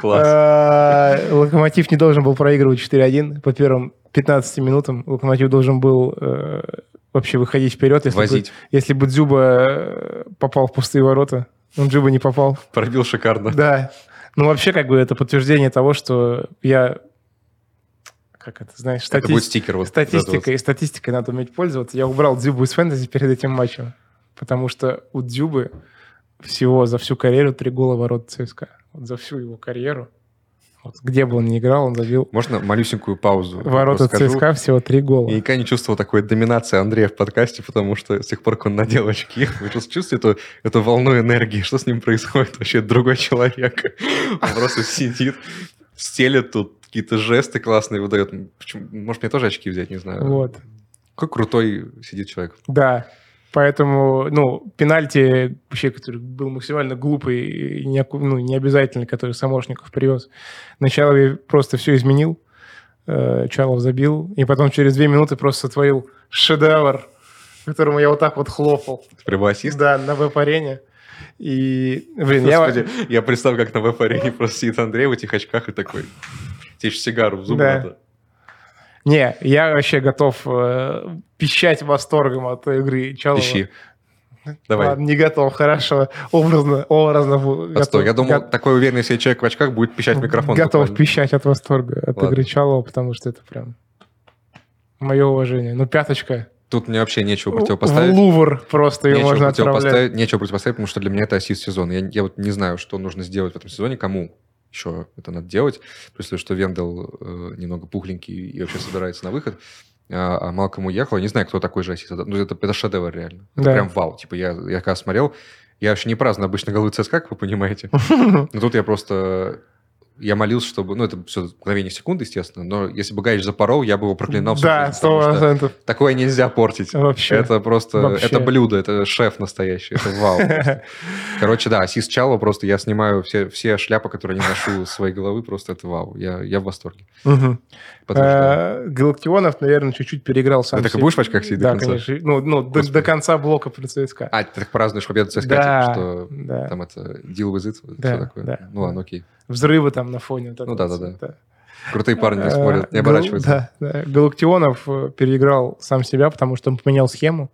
[SPEAKER 2] Класс.
[SPEAKER 1] А, Локомотив не должен был проигрывать 4-1 по первым 15 минутам. Локомотив должен был э, вообще выходить вперед. Если
[SPEAKER 2] Возить.
[SPEAKER 1] Бы, если бы Дзюба э, попал в пустые ворота, но Дзюба не попал.
[SPEAKER 2] Пробил шикарно.
[SPEAKER 1] Да. Ну, вообще, как бы, это подтверждение того, что я... Как это, знаешь,
[SPEAKER 2] Это
[SPEAKER 1] статис-
[SPEAKER 2] будет стикер. вот этот вот.
[SPEAKER 1] статистикой, статистикой надо уметь пользоваться. Я убрал Дзюбу из фэнтези перед этим матчем, потому что у Дзюбы всего за всю карьеру три гола в ворот ЦСКА. Вот за всю его карьеру. Вот где бы он ни играл, он забил
[SPEAKER 2] Можно малюсенькую паузу?
[SPEAKER 1] ворота
[SPEAKER 2] Просто скажу.
[SPEAKER 1] ЦСКА всего три гола.
[SPEAKER 2] Я никогда не чувствовал такой доминации Андрея в подкасте, потому что с тех пор, как он надел очки, [LAUGHS] вы просто чувствуете эту, эту волну энергии, что с ним происходит [LAUGHS] вообще Это другой человек. Он просто сидит, стелет тут, какие-то жесты классные выдает. Почему- Может, мне тоже очки взять, не знаю.
[SPEAKER 1] Вот.
[SPEAKER 2] Какой крутой сидит человек.
[SPEAKER 1] Да. Поэтому, ну, пенальти, вообще, который был максимально глупый и неаку- ну, необязательный, который Самошников привез. Начало я просто все изменил. Э, Чалов забил. И потом через две минуты просто сотворил шедевр, которому я вот так вот хлопал.
[SPEAKER 2] Прямо ассист.
[SPEAKER 1] Да, на веб-арене. И, блин, я...
[SPEAKER 2] Господи, я... представил, как на веб-арене просто сидит Андрей в этих очках и такой... Тебе еще сигару в зубы
[SPEAKER 1] Да.
[SPEAKER 2] надо.
[SPEAKER 1] Не, я вообще готов э, пищать восторгом от игры Чалова.
[SPEAKER 2] Ищи.
[SPEAKER 1] Ну,
[SPEAKER 2] Давай.
[SPEAKER 1] Ладно, не готов, хорошо. Образно, образно. бу- готов.
[SPEAKER 2] Постой, я думал,
[SPEAKER 1] Го-
[SPEAKER 2] такой уверенный в себе человек в очках будет пищать в микрофон.
[SPEAKER 1] Готов
[SPEAKER 2] буквально.
[SPEAKER 1] пищать от восторга от
[SPEAKER 2] Ладно.
[SPEAKER 1] игры Чалова, потому что это прям мое уважение. Ну, пяточка.
[SPEAKER 2] Тут мне вообще нечего
[SPEAKER 1] В
[SPEAKER 2] противопоставить.
[SPEAKER 1] Лувр просто ее
[SPEAKER 2] Нечего
[SPEAKER 1] можно отправлять.
[SPEAKER 2] противопоставить, нечего противопоставить, потому что для меня это ассист сезона. Я, я вот не знаю, что нужно сделать в этом сезоне, кому еще это надо делать. Плюс то, что Вендел э, немного пухленький и вообще собирается на выход. А, а Малком уехал. Я не знаю, кто такой же ассист. Ну, это, это шедевр реально. Это
[SPEAKER 1] Да.
[SPEAKER 2] прям вау. Типа я, я когда смотрел, я вообще не праздную обычно голы ЦСКА, как
[SPEAKER 1] [LAUGHS]
[SPEAKER 2] вы понимаете. Но тут я просто... Я молился, чтобы... Ну, это все мгновение секунды, естественно, но если бы Гаич запорол, я бы его проклинал. всю
[SPEAKER 1] Да,
[SPEAKER 2] жизнь, потому
[SPEAKER 1] сто
[SPEAKER 2] что
[SPEAKER 1] процентов.
[SPEAKER 2] Такое нельзя портить.
[SPEAKER 1] Вообще.
[SPEAKER 2] Это просто,
[SPEAKER 1] Вообще.
[SPEAKER 2] это блюдо, это шеф настоящий, это вау. просто. Короче, да, Асис Чало просто, я снимаю все, все шляпы, которые не ношу с своей головы, просто это вау, я, я в восторге.
[SPEAKER 1] Мгм.
[SPEAKER 2] Подтверждаю.
[SPEAKER 1] А, Галактионов, наверное, чуть-чуть переиграл сам.
[SPEAKER 2] Ты так и
[SPEAKER 1] себя.
[SPEAKER 2] будешь в очках сидеть
[SPEAKER 1] Да,
[SPEAKER 2] до конца?
[SPEAKER 1] конечно. Ну, ну, до,
[SPEAKER 2] Господи.
[SPEAKER 1] до конца блока про ЦСКА.
[SPEAKER 2] А, ты так празднуешь победу ЦСКА,
[SPEAKER 1] да,
[SPEAKER 2] типа, что
[SPEAKER 1] да.
[SPEAKER 2] там это deal with it,
[SPEAKER 1] Да,
[SPEAKER 2] все такое.
[SPEAKER 1] да.
[SPEAKER 2] ну ладно, окей.
[SPEAKER 1] Взрывы там на фоне. вот это
[SPEAKER 2] Ну
[SPEAKER 1] вот
[SPEAKER 2] да, да,
[SPEAKER 1] всё,
[SPEAKER 2] да. Крутые парни не смотрят, не
[SPEAKER 1] Э,
[SPEAKER 2] оборачиваются.
[SPEAKER 1] Гал- Да, да. Галактионов э, переиграл сам себя, потому что он поменял схему,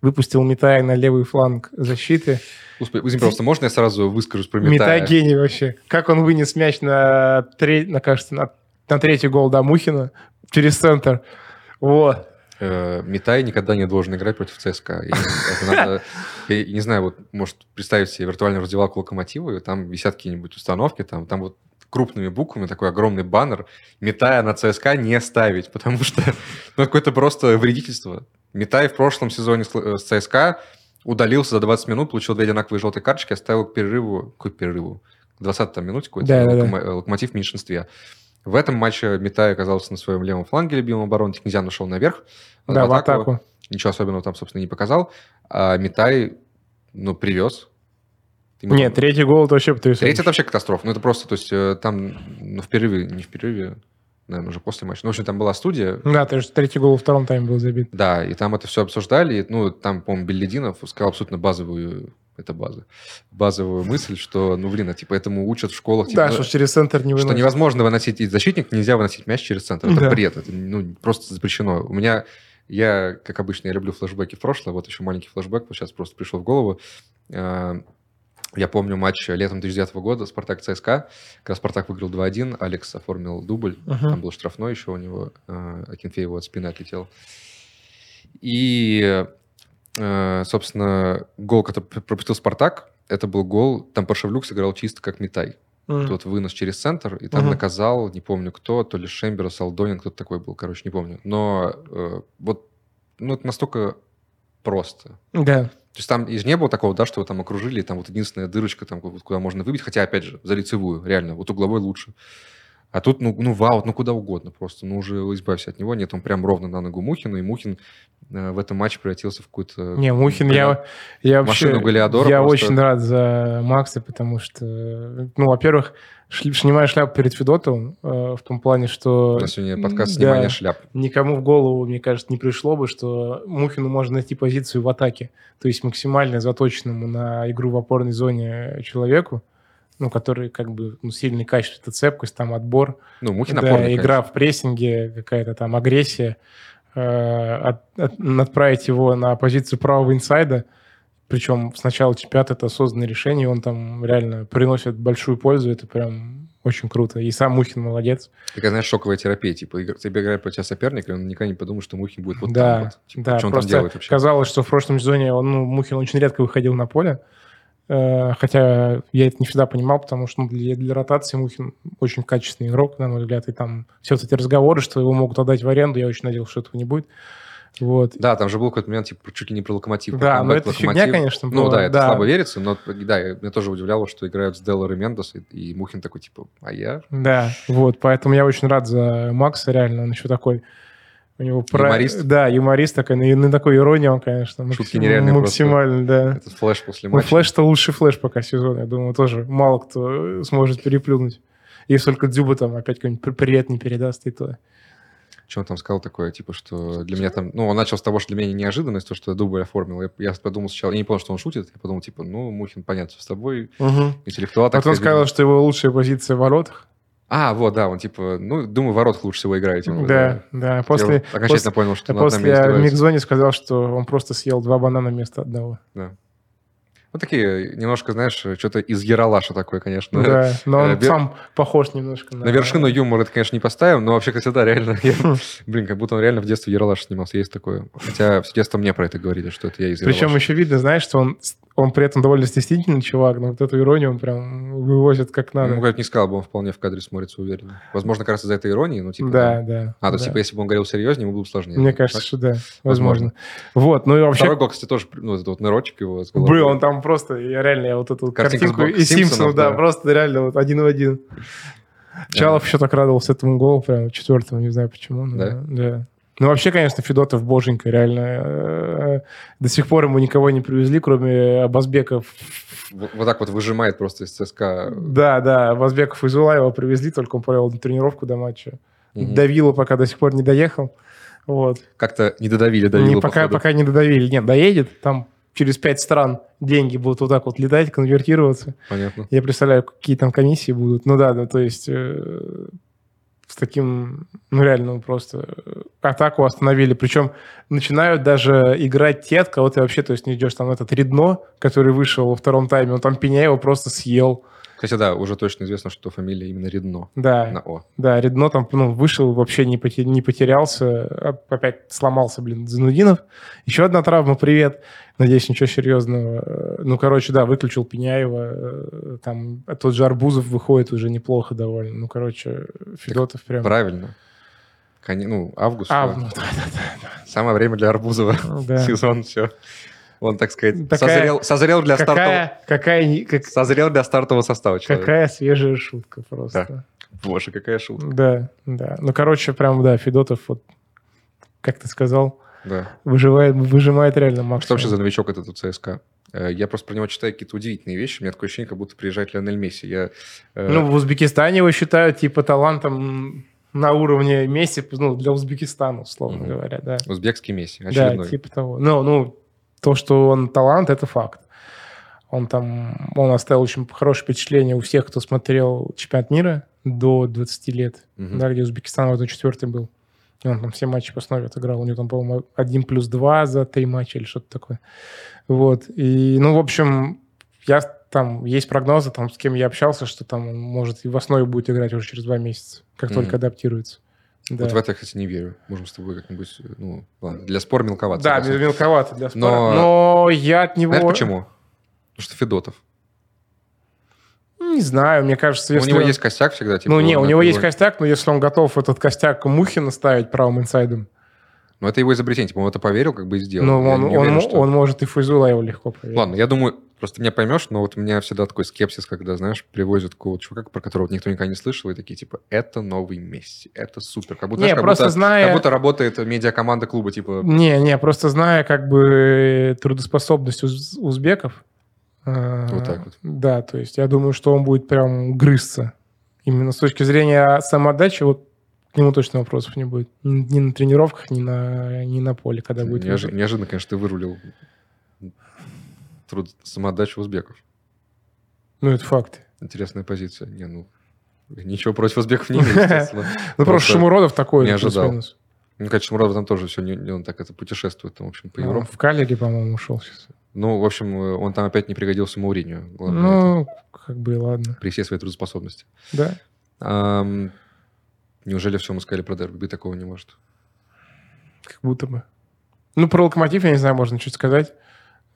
[SPEAKER 1] выпустил Митая на левый фланг защиты.
[SPEAKER 2] Господи, извини, просто можно я сразу выскажусь про
[SPEAKER 1] Митай
[SPEAKER 2] Митая?
[SPEAKER 1] гений вообще. Как он вынес мяч на, тре- на, кажется, на, на третий гол Дамухина через центр. Вот.
[SPEAKER 2] Э, Митай никогда не должен играть против ЦСКА. И
[SPEAKER 1] [LAUGHS]
[SPEAKER 2] это надо- Я не знаю, вот, может, представить себе виртуальную раздевалку локомотива, и там висят какие-нибудь установки, там, там вот крупными буквами такой огромный баннер «Метая на ЦСКА не ставить», потому что ну, какое-то просто вредительство. Метай в прошлом сезоне с Л- э, с ЦСКА удалился за 20 минут, получил две одинаковые желтые карточки, оставил к перерыву... К перерыву? К 20 там минуте какой-то
[SPEAKER 1] Да, да, да.
[SPEAKER 2] локомо- э, локомотив в меньшинстве. В этом матче Метай оказался на своем левом фланге любимого обороны. Тикнезян ушел наверх. э,
[SPEAKER 1] Да,
[SPEAKER 2] в
[SPEAKER 1] в атаку.
[SPEAKER 2] Ничего особенного там, собственно, не показал. А Метай, ну, привез. Ему
[SPEAKER 1] Нет,
[SPEAKER 2] там-
[SPEAKER 1] третий гол это вообще потрясающе.
[SPEAKER 2] Ну, Третий это вообще катастрофа. Ну, это просто, то есть, э, там, ну, в перерыве, не в перерыве, наверное, уже после матча. Ну, в общем, там была студия,
[SPEAKER 1] Да, ты же третий гол во втором тайме был забит.
[SPEAKER 2] да, и там это все обсуждали. И, Ну, там, по-моему, Беллидинов сказал абсолютно базовую это база. Базовую мысль, что, ну, блин, а, типа, этому учат в школах. Типа,
[SPEAKER 1] да,
[SPEAKER 2] ну,
[SPEAKER 1] что ж через центр не
[SPEAKER 2] что
[SPEAKER 1] выносит.
[SPEAKER 2] невозможно выносить и защитник, нельзя выносить мяч через центр. Это
[SPEAKER 1] Да.
[SPEAKER 2] бред, это ну, просто запрещено. У меня, я, как обычно, я люблю флешбеки в прошлое, вот еще маленький флешбэк, вот сейчас просто пришел в голову. Э, Я помню матч летом 2009 года «Спартак-ЦСКА», когда «Спартак» выиграл 2-1, Алекс оформил дубль,
[SPEAKER 1] Мгм.
[SPEAKER 2] там был штрафной еще у него, э, Акинфеева от спины отлетел. И, э, собственно, гол, который пропустил «Спартак», это был гол, там Паршевлюк сыграл чисто как Митай
[SPEAKER 1] М.
[SPEAKER 2] тот вынос через центр, и там
[SPEAKER 1] Мгм.
[SPEAKER 2] наказал, не помню кто, то ли Шембера, Салдонин, кто-то такой был, короче, не помню. Но э, вот, ну, это настолько просто.
[SPEAKER 1] Да.
[SPEAKER 2] То есть там и же не было такого, да, что его там окружили, и там вот единственная дырочка, там, вот куда можно выбить, хотя, опять же, за лицевую, реально, вот угловой лучше. А тут, ну, ну вау, ну куда угодно просто, ну уже избавься от него, нет, он прям ровно на ногу Мухину, и Мухин э, в этом матче превратился в какую-то...
[SPEAKER 1] Не, Мухин, я, я вообще...
[SPEAKER 2] Машину Галиадора
[SPEAKER 1] Я
[SPEAKER 2] просто.
[SPEAKER 1] очень рад за Макса, потому что, ну, во-первых, шли- снимаю шляпу перед Федотовым э, в том плане,
[SPEAKER 2] У
[SPEAKER 1] что
[SPEAKER 2] нас сегодня подкаст
[SPEAKER 1] Да.
[SPEAKER 2] «Снимание шляп».
[SPEAKER 1] никому в голову, мне кажется, не пришло бы, что Мухину можно найти позицию в атаке. То есть максимально заточенному на игру в опорной зоне человеку, ну, который как бы ну, сильный качество, это цепкость, там отбор,
[SPEAKER 2] Ну, Мухин
[SPEAKER 1] да,
[SPEAKER 2] опорный,
[SPEAKER 1] игра в прессинге, какая-то там агрессия, Э, от- от- отправить его на позицию правого инсайда, причем с начала чемпионата это осознанное решение, он там реально приносит большую пользу, это прям очень круто. И сам Мухин молодец.
[SPEAKER 2] конечно. Такая, знаешь, шоковая терапия. Типа, игр- тебе играет против тебя соперник, и он никогда не подумал, что Мухин будет вот
[SPEAKER 1] да,
[SPEAKER 2] там вот. Типа,
[SPEAKER 1] да,
[SPEAKER 2] что он там
[SPEAKER 1] просто
[SPEAKER 2] делает вообще?
[SPEAKER 1] казалось, что в прошлом сезоне он, ну, Мухин очень редко выходил на поле, Э, хотя я это не всегда понимал, потому что ну, для, для ротации Мухин очень качественный игрок, на мой взгляд, и там все вот эти разговоры, что его могут отдать в аренду, я очень надеялся, что этого не будет. Вот.
[SPEAKER 2] Да, там же был какой-то момент, типа, чуть ли не про локомотив. про
[SPEAKER 1] Да, но
[SPEAKER 2] камбэк
[SPEAKER 1] это
[SPEAKER 2] Локомотива.
[SPEAKER 1] фигня, конечно,
[SPEAKER 2] Ну
[SPEAKER 1] была.
[SPEAKER 2] да, это слабо верится, но да, я- меня тоже удивляло, что играют с Деллар и Мендос, и, и Мухин такой, типа, а я?
[SPEAKER 1] Да, вот, поэтому я очень рад за Макса, реально, он еще такой, у него...
[SPEAKER 2] Юморист?
[SPEAKER 1] Да, юморист такой, на, на такой иронии он, конечно,
[SPEAKER 2] Шутки
[SPEAKER 1] максим-
[SPEAKER 2] нереальные просто.
[SPEAKER 1] максимально, да.
[SPEAKER 2] Этот флеш после
[SPEAKER 1] Ну,
[SPEAKER 2] матча.
[SPEAKER 1] флэш-то лучший флэш пока сезон, я думаю, тоже мало кто э, сможет переплюнуть. Если только Дзюба там опять какой-нибудь при- привет не передаст, и то.
[SPEAKER 2] Что он там сказал такое, типа, что для меня там... Ну, он начал с того, что для меня неожиданность, то, что я дубль оформил. Я, я подумал сначала, я не понял, что он шутит. Я подумал, типа, ну, Мухин, понятно, с тобой, интеллектуал. так
[SPEAKER 1] Потом А
[SPEAKER 2] сказать,
[SPEAKER 1] сказал,
[SPEAKER 2] видимо.
[SPEAKER 1] что его лучшая позиция в воротах.
[SPEAKER 2] А, вот, да, он типа, ну, думаю, ворот лучше всего играете.
[SPEAKER 1] Да, да. После,
[SPEAKER 2] Я окончательно понял, что
[SPEAKER 1] после,
[SPEAKER 2] над
[SPEAKER 1] после
[SPEAKER 2] нами издеваются.
[SPEAKER 1] Мигзони сказал, что он просто съел два банана вместо одного.
[SPEAKER 2] Ну, такие, немножко, знаешь, что-то из Яралаша такое, конечно.
[SPEAKER 1] да, но он
[SPEAKER 2] э, вер-
[SPEAKER 1] сам похож немножко на... [LAUGHS]
[SPEAKER 2] На вершину юмора это, конечно, не поставим, но вообще, кстати, да, реально, [LAUGHS] я- блин, как будто он реально в детстве Яралаш снимался, есть такое. Хотя в детстве мне про это говорили, что это я из Яралаша.
[SPEAKER 1] Причем еще видно, знаешь, что он, он при этом довольно стеснительный чувак, но вот эту иронию он прям вывозит как
[SPEAKER 2] Ну,
[SPEAKER 1] надо.
[SPEAKER 2] как не сказал бы, он вполне в кадре смотрится уверенно. Возможно, как раз из-за этой иронии, ну, типа...
[SPEAKER 1] да, да.
[SPEAKER 2] А,
[SPEAKER 1] да.
[SPEAKER 2] то есть, типа, если бы он говорил серьезнее, ему было бы сложнее.
[SPEAKER 1] Мне
[SPEAKER 2] Так?
[SPEAKER 1] кажется, что да, возможно.
[SPEAKER 2] Возможно.
[SPEAKER 1] Вот, ну и вообще...
[SPEAKER 2] Второй гол, кстати, тоже, ну, этот вот нырочек его с головой.
[SPEAKER 1] Был, он там просто, я реально, я вот эту вот
[SPEAKER 2] Картинка с
[SPEAKER 1] картинку
[SPEAKER 2] бок-
[SPEAKER 1] и
[SPEAKER 2] Симпсонов,
[SPEAKER 1] Симпсонов, да,
[SPEAKER 2] да.
[SPEAKER 1] просто реально вот один в один. Чалов еще так радовался этому голу, прям четвертому, не знаю почему. но
[SPEAKER 2] Да?
[SPEAKER 1] да. Ну, вообще, конечно, Федотов боженька, реально. э, До сих пор ему никого не привезли, кроме Абазбеков.
[SPEAKER 2] Вот вот так вот выжимает просто из ЦСКА.
[SPEAKER 1] Да, да, Абазбеков и Зулаева привезли, только он провел тренировку до матча.
[SPEAKER 2] Мгм.
[SPEAKER 1] Давило пока до сих пор не доехал. Вот.
[SPEAKER 2] Как-то не додавили до
[SPEAKER 1] Не, пока, пока не додавили. Нет, доедет, там через пять стран деньги будут вот так вот летать, конвертироваться.
[SPEAKER 2] Понятно.
[SPEAKER 1] Я представляю, какие там комиссии будут. Ну да, да, то есть э, с таким, ну реально, ну, просто э, атаку остановили. Причем начинают даже играть те, от кого ты вообще, то есть не идешь там этот Редно, который вышел во втором тайме, он там Пеняева просто съел.
[SPEAKER 2] Кстати, да, уже точно известно, что фамилия именно Редно.
[SPEAKER 1] Да,
[SPEAKER 2] На О.
[SPEAKER 1] да, Редно там ну, вышел, вообще не, поте- не потерялся, а опять сломался, блин, Занудинов. Еще одна травма, привет. Надеюсь, ничего серьезного. Э, Ну, короче, да, выключил Пеняева, э, там а тот же Арбузов выходит уже неплохо довольно. Ну, короче, Федотов прям...
[SPEAKER 2] Правильно. Коне- Ну, август.
[SPEAKER 1] А,
[SPEAKER 2] всё.
[SPEAKER 1] ну, [LAUGHS] да,
[SPEAKER 2] Самое время для Арбузова.
[SPEAKER 1] да, [LAUGHS] да.
[SPEAKER 2] Сезон, все. Он, так сказать,
[SPEAKER 1] Такая-
[SPEAKER 2] созрел, созрел для стартового...
[SPEAKER 1] Какая, какая, не- как-
[SPEAKER 2] Созрел для стартового состава человек.
[SPEAKER 1] какая свежая шутка просто.
[SPEAKER 2] Боже, какая шутка.
[SPEAKER 1] Да, да. Ну, короче, прям, да, Федотов, вот, как ты сказал,
[SPEAKER 2] Да.
[SPEAKER 1] выживает, выжимает реально
[SPEAKER 2] А Что
[SPEAKER 1] максимум.
[SPEAKER 2] вообще за новичок этот у ЦСКА? Э, Я просто про него читаю какие-то удивительные вещи. У меня такое ощущение, как будто приезжает Леонель Месси. Я, э,
[SPEAKER 1] Ну, в Узбекистане его считают типа талантом на уровне Месси, ну, для Узбекистана, условно
[SPEAKER 2] Мгм.
[SPEAKER 1] говоря, да.
[SPEAKER 2] узбекский Месси,
[SPEAKER 1] Да,
[SPEAKER 2] очередной.
[SPEAKER 1] типа того. Ну, ну, то, что он талант, это факт. Он там, он оставил очень хорошее впечатление у всех, кто смотрел чемпионат мира до 20 лет,
[SPEAKER 2] Мгм.
[SPEAKER 1] да, где Узбекистан в этом четвертый был. И он там все матчи по основе отыграл. У него там, по-моему, 1 плюс 2 за три матча или что-то такое. Вот. И, ну, в общем, я там, есть прогнозы, там, с кем я общался, что там он может и в основе будет играть уже через два месяца, как
[SPEAKER 2] Мгм.
[SPEAKER 1] только адаптируется. Да.
[SPEAKER 2] Вот в это я, кстати, не верю. Можем с тобой как-нибудь... э, Ну, ладно, для спора мелковато.
[SPEAKER 1] Да,
[SPEAKER 2] согласен.
[SPEAKER 1] мелковато для спора.
[SPEAKER 2] Но-
[SPEAKER 1] Но... я от него...
[SPEAKER 2] Знаешь почему? Потому что Федотов.
[SPEAKER 1] Не знаю, мне кажется,
[SPEAKER 2] Ну,
[SPEAKER 1] если...
[SPEAKER 2] У него
[SPEAKER 1] он-
[SPEAKER 2] есть косяк всегда. типа,
[SPEAKER 1] э, ну, не,
[SPEAKER 2] он
[SPEAKER 1] у него
[SPEAKER 2] это
[SPEAKER 1] есть
[SPEAKER 2] его-
[SPEAKER 1] костяк, но если он готов этот костяк Мухина ставить правым инсайдом,
[SPEAKER 2] Но это его изобретение, типа он в это поверил, как бы и сделал.
[SPEAKER 1] Но
[SPEAKER 2] Я
[SPEAKER 1] Ну, он,
[SPEAKER 2] не
[SPEAKER 1] он-
[SPEAKER 2] уверен, что-
[SPEAKER 1] он может и Фуйзулаеву легко проверить.
[SPEAKER 2] [LAUGHS] Ладно, я думаю, просто ты меня поймешь, но вот у меня всегда такой скепсис, когда, знаешь, привозят какого-то чувака, про которого никто никогда не слышал, и такие, типа, это новый Месси, это супер. Как будто,
[SPEAKER 1] Не,
[SPEAKER 2] знаешь, как
[SPEAKER 1] просто
[SPEAKER 2] будто-
[SPEAKER 1] зная-
[SPEAKER 2] Как будто работает медиакоманда клуба, типа,
[SPEAKER 1] Не, не, просто зная как бы трудоспособность уз- узбеков. э,
[SPEAKER 2] Вот так вот.
[SPEAKER 1] Да, то есть я думаю, что он будет прям грызться. Именно с точки зрения самоотдачи, вот к нему точно вопросов не будет. Н- Ни на тренировках, ни на, ни на поле, когда будет.
[SPEAKER 2] неожи-
[SPEAKER 1] выиграть.
[SPEAKER 2] неожиданно, конечно, ты вырулил труд самоотдачу узбеков.
[SPEAKER 1] Ну, это факт.
[SPEAKER 2] Интересная позиция. Не, ну, ничего против узбеков не
[SPEAKER 1] [LAUGHS]
[SPEAKER 2] имею, естественно.
[SPEAKER 1] Ну, просто,
[SPEAKER 2] Просто
[SPEAKER 1] Шамуродов такой.
[SPEAKER 2] не
[SPEAKER 1] же,
[SPEAKER 2] ожидал.
[SPEAKER 1] плюс-минус.
[SPEAKER 2] Ну, конечно, Шмурадов там тоже все, не, не он так это путешествует, там, в общем, по
[SPEAKER 1] А,
[SPEAKER 2] Европе.
[SPEAKER 1] В Калере, по-моему, ушел сейчас.
[SPEAKER 2] Ну, в общем, э, он там опять не пригодился Мауринию. Главное, это
[SPEAKER 1] Ну, как бы и ладно.
[SPEAKER 2] при всей своей трудоспособности.
[SPEAKER 1] Да.
[SPEAKER 2] Ам, неужели все мы сказали про дерби? Быть такого не может.
[SPEAKER 1] Как будто бы. Ну, про локомотив, я не знаю, можно что-то сказать.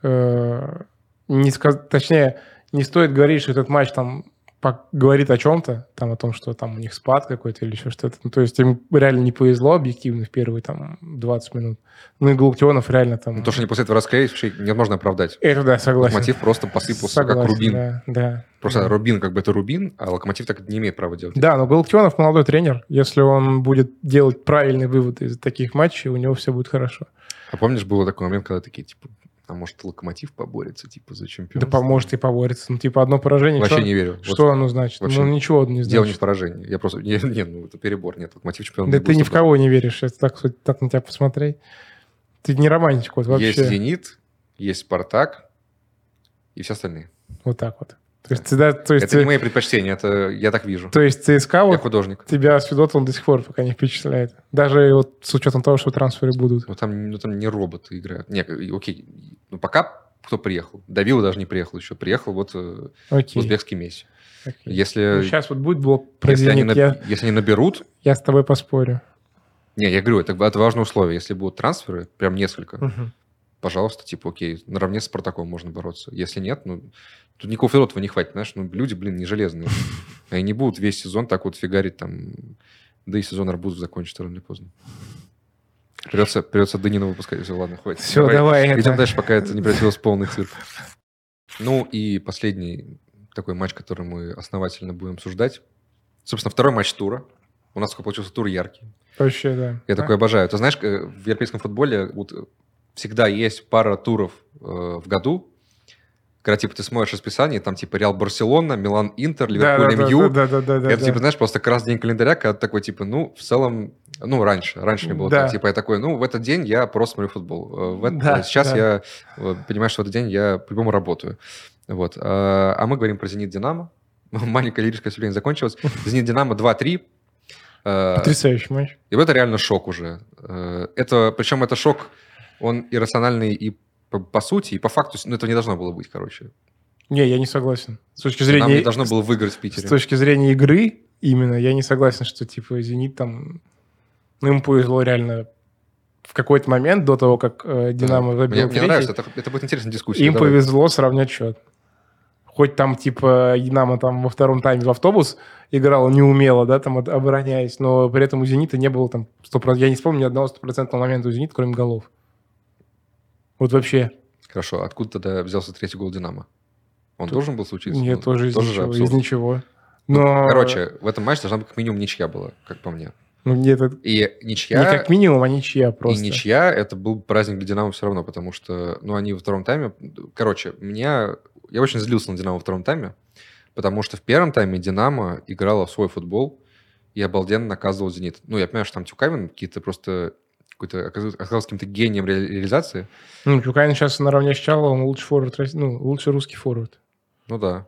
[SPEAKER 1] Э, Не сказ- Точнее, не стоит говорить, что этот матч там пок- говорит о чем-то, там о том, что там у них спад какой-то или еще что-то. Ну, то есть им реально не повезло объективно в первые там 20 минут. Ну и Галактионов реально там...
[SPEAKER 2] Ну, то, что они после этого расклеились, вообще невозможно оправдать.
[SPEAKER 1] Это да, согласен.
[SPEAKER 2] Локомотив просто посыпался, как
[SPEAKER 1] Согласен,
[SPEAKER 2] рубин.
[SPEAKER 1] Да, да.
[SPEAKER 2] Просто
[SPEAKER 1] Да.
[SPEAKER 2] рубин, как бы это рубин, а локомотив так не имеет права делать.
[SPEAKER 1] Да, но Галактионов молодой тренер. Если он будет делать правильный вывод из таких матчей, у него все будет хорошо.
[SPEAKER 2] А помнишь, был такой момент, когда такие, типа, а может, локомотив поборется, типа, за чемпионство?
[SPEAKER 1] Да поможет и поборется. Ну, типа, одно поражение...
[SPEAKER 2] Вообще
[SPEAKER 1] что-
[SPEAKER 2] не верю. Вот
[SPEAKER 1] Что оно значит?
[SPEAKER 2] вообще
[SPEAKER 1] ну, ничего оно не
[SPEAKER 2] Дело не
[SPEAKER 1] значит.
[SPEAKER 2] в поражении. Я просто... Не, не, ну, это перебор. Нет, локомотив чемпион.
[SPEAKER 1] да
[SPEAKER 2] не
[SPEAKER 1] ты
[SPEAKER 2] будет
[SPEAKER 1] ни в
[SPEAKER 2] собран.
[SPEAKER 1] кого не веришь, если так, суть- так на тебя посмотреть. Ты не романтик вот вообще.
[SPEAKER 2] Есть «Зенит», есть «Спартак» и все остальные.
[SPEAKER 1] Вот так вот. То есть, ты да- то есть,
[SPEAKER 2] это
[SPEAKER 1] ты-
[SPEAKER 2] не мои предпочтения, это я так вижу.
[SPEAKER 1] то есть ЦСКА
[SPEAKER 2] Я
[SPEAKER 1] вот
[SPEAKER 2] художник.
[SPEAKER 1] тебя с он до сих пор пока не впечатляет. Даже вот с учетом того, что трансферы будут.
[SPEAKER 2] Ну там, ну, там не роботы играют. Не, и- окей, ну пока кто приехал? Давила даже не приехал еще. Приехал вот э,
[SPEAKER 1] Окей.
[SPEAKER 2] узбекский Месси.
[SPEAKER 1] окей.
[SPEAKER 2] Если,
[SPEAKER 1] сейчас вот будет блок про
[SPEAKER 2] если, они,
[SPEAKER 1] «Зенит»,
[SPEAKER 2] наб-
[SPEAKER 1] я,
[SPEAKER 2] если они наберут...
[SPEAKER 1] я с тобой поспорю.
[SPEAKER 2] Не, я говорю, это, это важное условие. Если будут трансферы, прям несколько, пожалуйста, типа, окей, наравне с Спартаком можно бороться. Если нет, ну, тут никакого филотова не хватит, знаешь, ну, люди, блин,
[SPEAKER 1] [LAUGHS]
[SPEAKER 2] не железные. Они не будут весь сезон так вот фигарить там, да и сезон арбузов закончится рано или поздно. Придется, придется Данина выпускать. Все, ладно, хватит.
[SPEAKER 1] Все, давай, это.
[SPEAKER 2] Идем дальше, пока это не превратилось в полный цирк. Ну и последний такой матч, который мы основательно будем обсуждать. Собственно, второй матч тура. У нас такой получился тур яркий.
[SPEAKER 1] Вообще, да.
[SPEAKER 2] Я
[SPEAKER 1] Да.
[SPEAKER 2] такое обожаю. Ты знаешь, э, в европейском футболе вот э, всегда есть пара туров э, в году, когда, типа, ты смотришь расписание, там, типа, Реал Барселона, Милан Интер,
[SPEAKER 1] да,
[SPEAKER 2] Ливерпуль
[SPEAKER 1] да,
[SPEAKER 2] МЮ.
[SPEAKER 1] да, да, да, да,
[SPEAKER 2] Это,
[SPEAKER 1] да.
[SPEAKER 2] типа, знаешь, просто как раз день календаря, когда ты такой, типа, ну, в целом, ну, раньше, раньше не было.
[SPEAKER 1] Да.
[SPEAKER 2] так. Типа, я такой, ну, в этот день я просто смотрю футбол. Э, В этот-
[SPEAKER 1] Да,
[SPEAKER 2] сейчас
[SPEAKER 1] да.
[SPEAKER 2] я э, понимаю, что в этот день я по-любому работаю. Вот. А а мы говорим про [LAUGHS] «Зенит-Динамо». Маленькое лирическое вступление закончилось. «Зенит-Динамо» 2-3. Э,
[SPEAKER 1] Потрясающий матч.
[SPEAKER 2] и вот это реально шок уже. Э, Это, причем это шок, он иррациональный и по, по сути, и по факту, ну, этого не должно было быть, короче.
[SPEAKER 1] Не, я не согласен. С точки
[SPEAKER 2] Нам не
[SPEAKER 1] зрения
[SPEAKER 2] должно было выиграть в
[SPEAKER 1] С
[SPEAKER 2] Питере.
[SPEAKER 1] точки зрения игры именно, я не согласен, что типа «Зенит» там... Ну, ему повезло реально в какой-то момент до того, как э, «Динамо»
[SPEAKER 2] Да.
[SPEAKER 1] забил
[SPEAKER 2] Мне, мне
[SPEAKER 1] третий,
[SPEAKER 2] нравится, это, это будет интересная дискуссия.
[SPEAKER 1] им
[SPEAKER 2] давай.
[SPEAKER 1] повезло сравнять счет. Хоть там типа «Динамо» там во втором тайме в автобус играло неумело, да, там от- обороняясь, но при этом у «Зенита» не было там 100%, я не вспомню ни одного стопроцентного момента у «Зенита», кроме голов. Вот вообще.
[SPEAKER 2] Хорошо, откуда тогда взялся третий гол «Динамо»? Он должен был случиться?
[SPEAKER 1] Нет,
[SPEAKER 2] Ну,
[SPEAKER 1] тоже из
[SPEAKER 2] же
[SPEAKER 1] ничего.
[SPEAKER 2] абсурд.
[SPEAKER 1] Из ничего.
[SPEAKER 2] Ну,
[SPEAKER 1] Но...
[SPEAKER 2] Короче, в этом матче должна быть как минимум ничья была, как по мне.
[SPEAKER 1] Ну, где-то...
[SPEAKER 2] И ничья...
[SPEAKER 1] Не как минимум, а ничья просто.
[SPEAKER 2] И ничья, это был праздник для Динамо все равно, потому что, ну, они во втором тайме... Короче, меня... Я очень злился на Динамо во втором тайме, потому что в первом тайме Динамо играла в свой футбол и обалденно наказывал Зенит. Ну, я понимаю, что там Тюкавин какие-то просто какой-то оказался оказался каким-то гением ре- реализации.
[SPEAKER 1] Ну, Тюкаин сейчас наравне с Чаловым лучший форвард, России- ну, лучший русский форвард.
[SPEAKER 2] Ну да,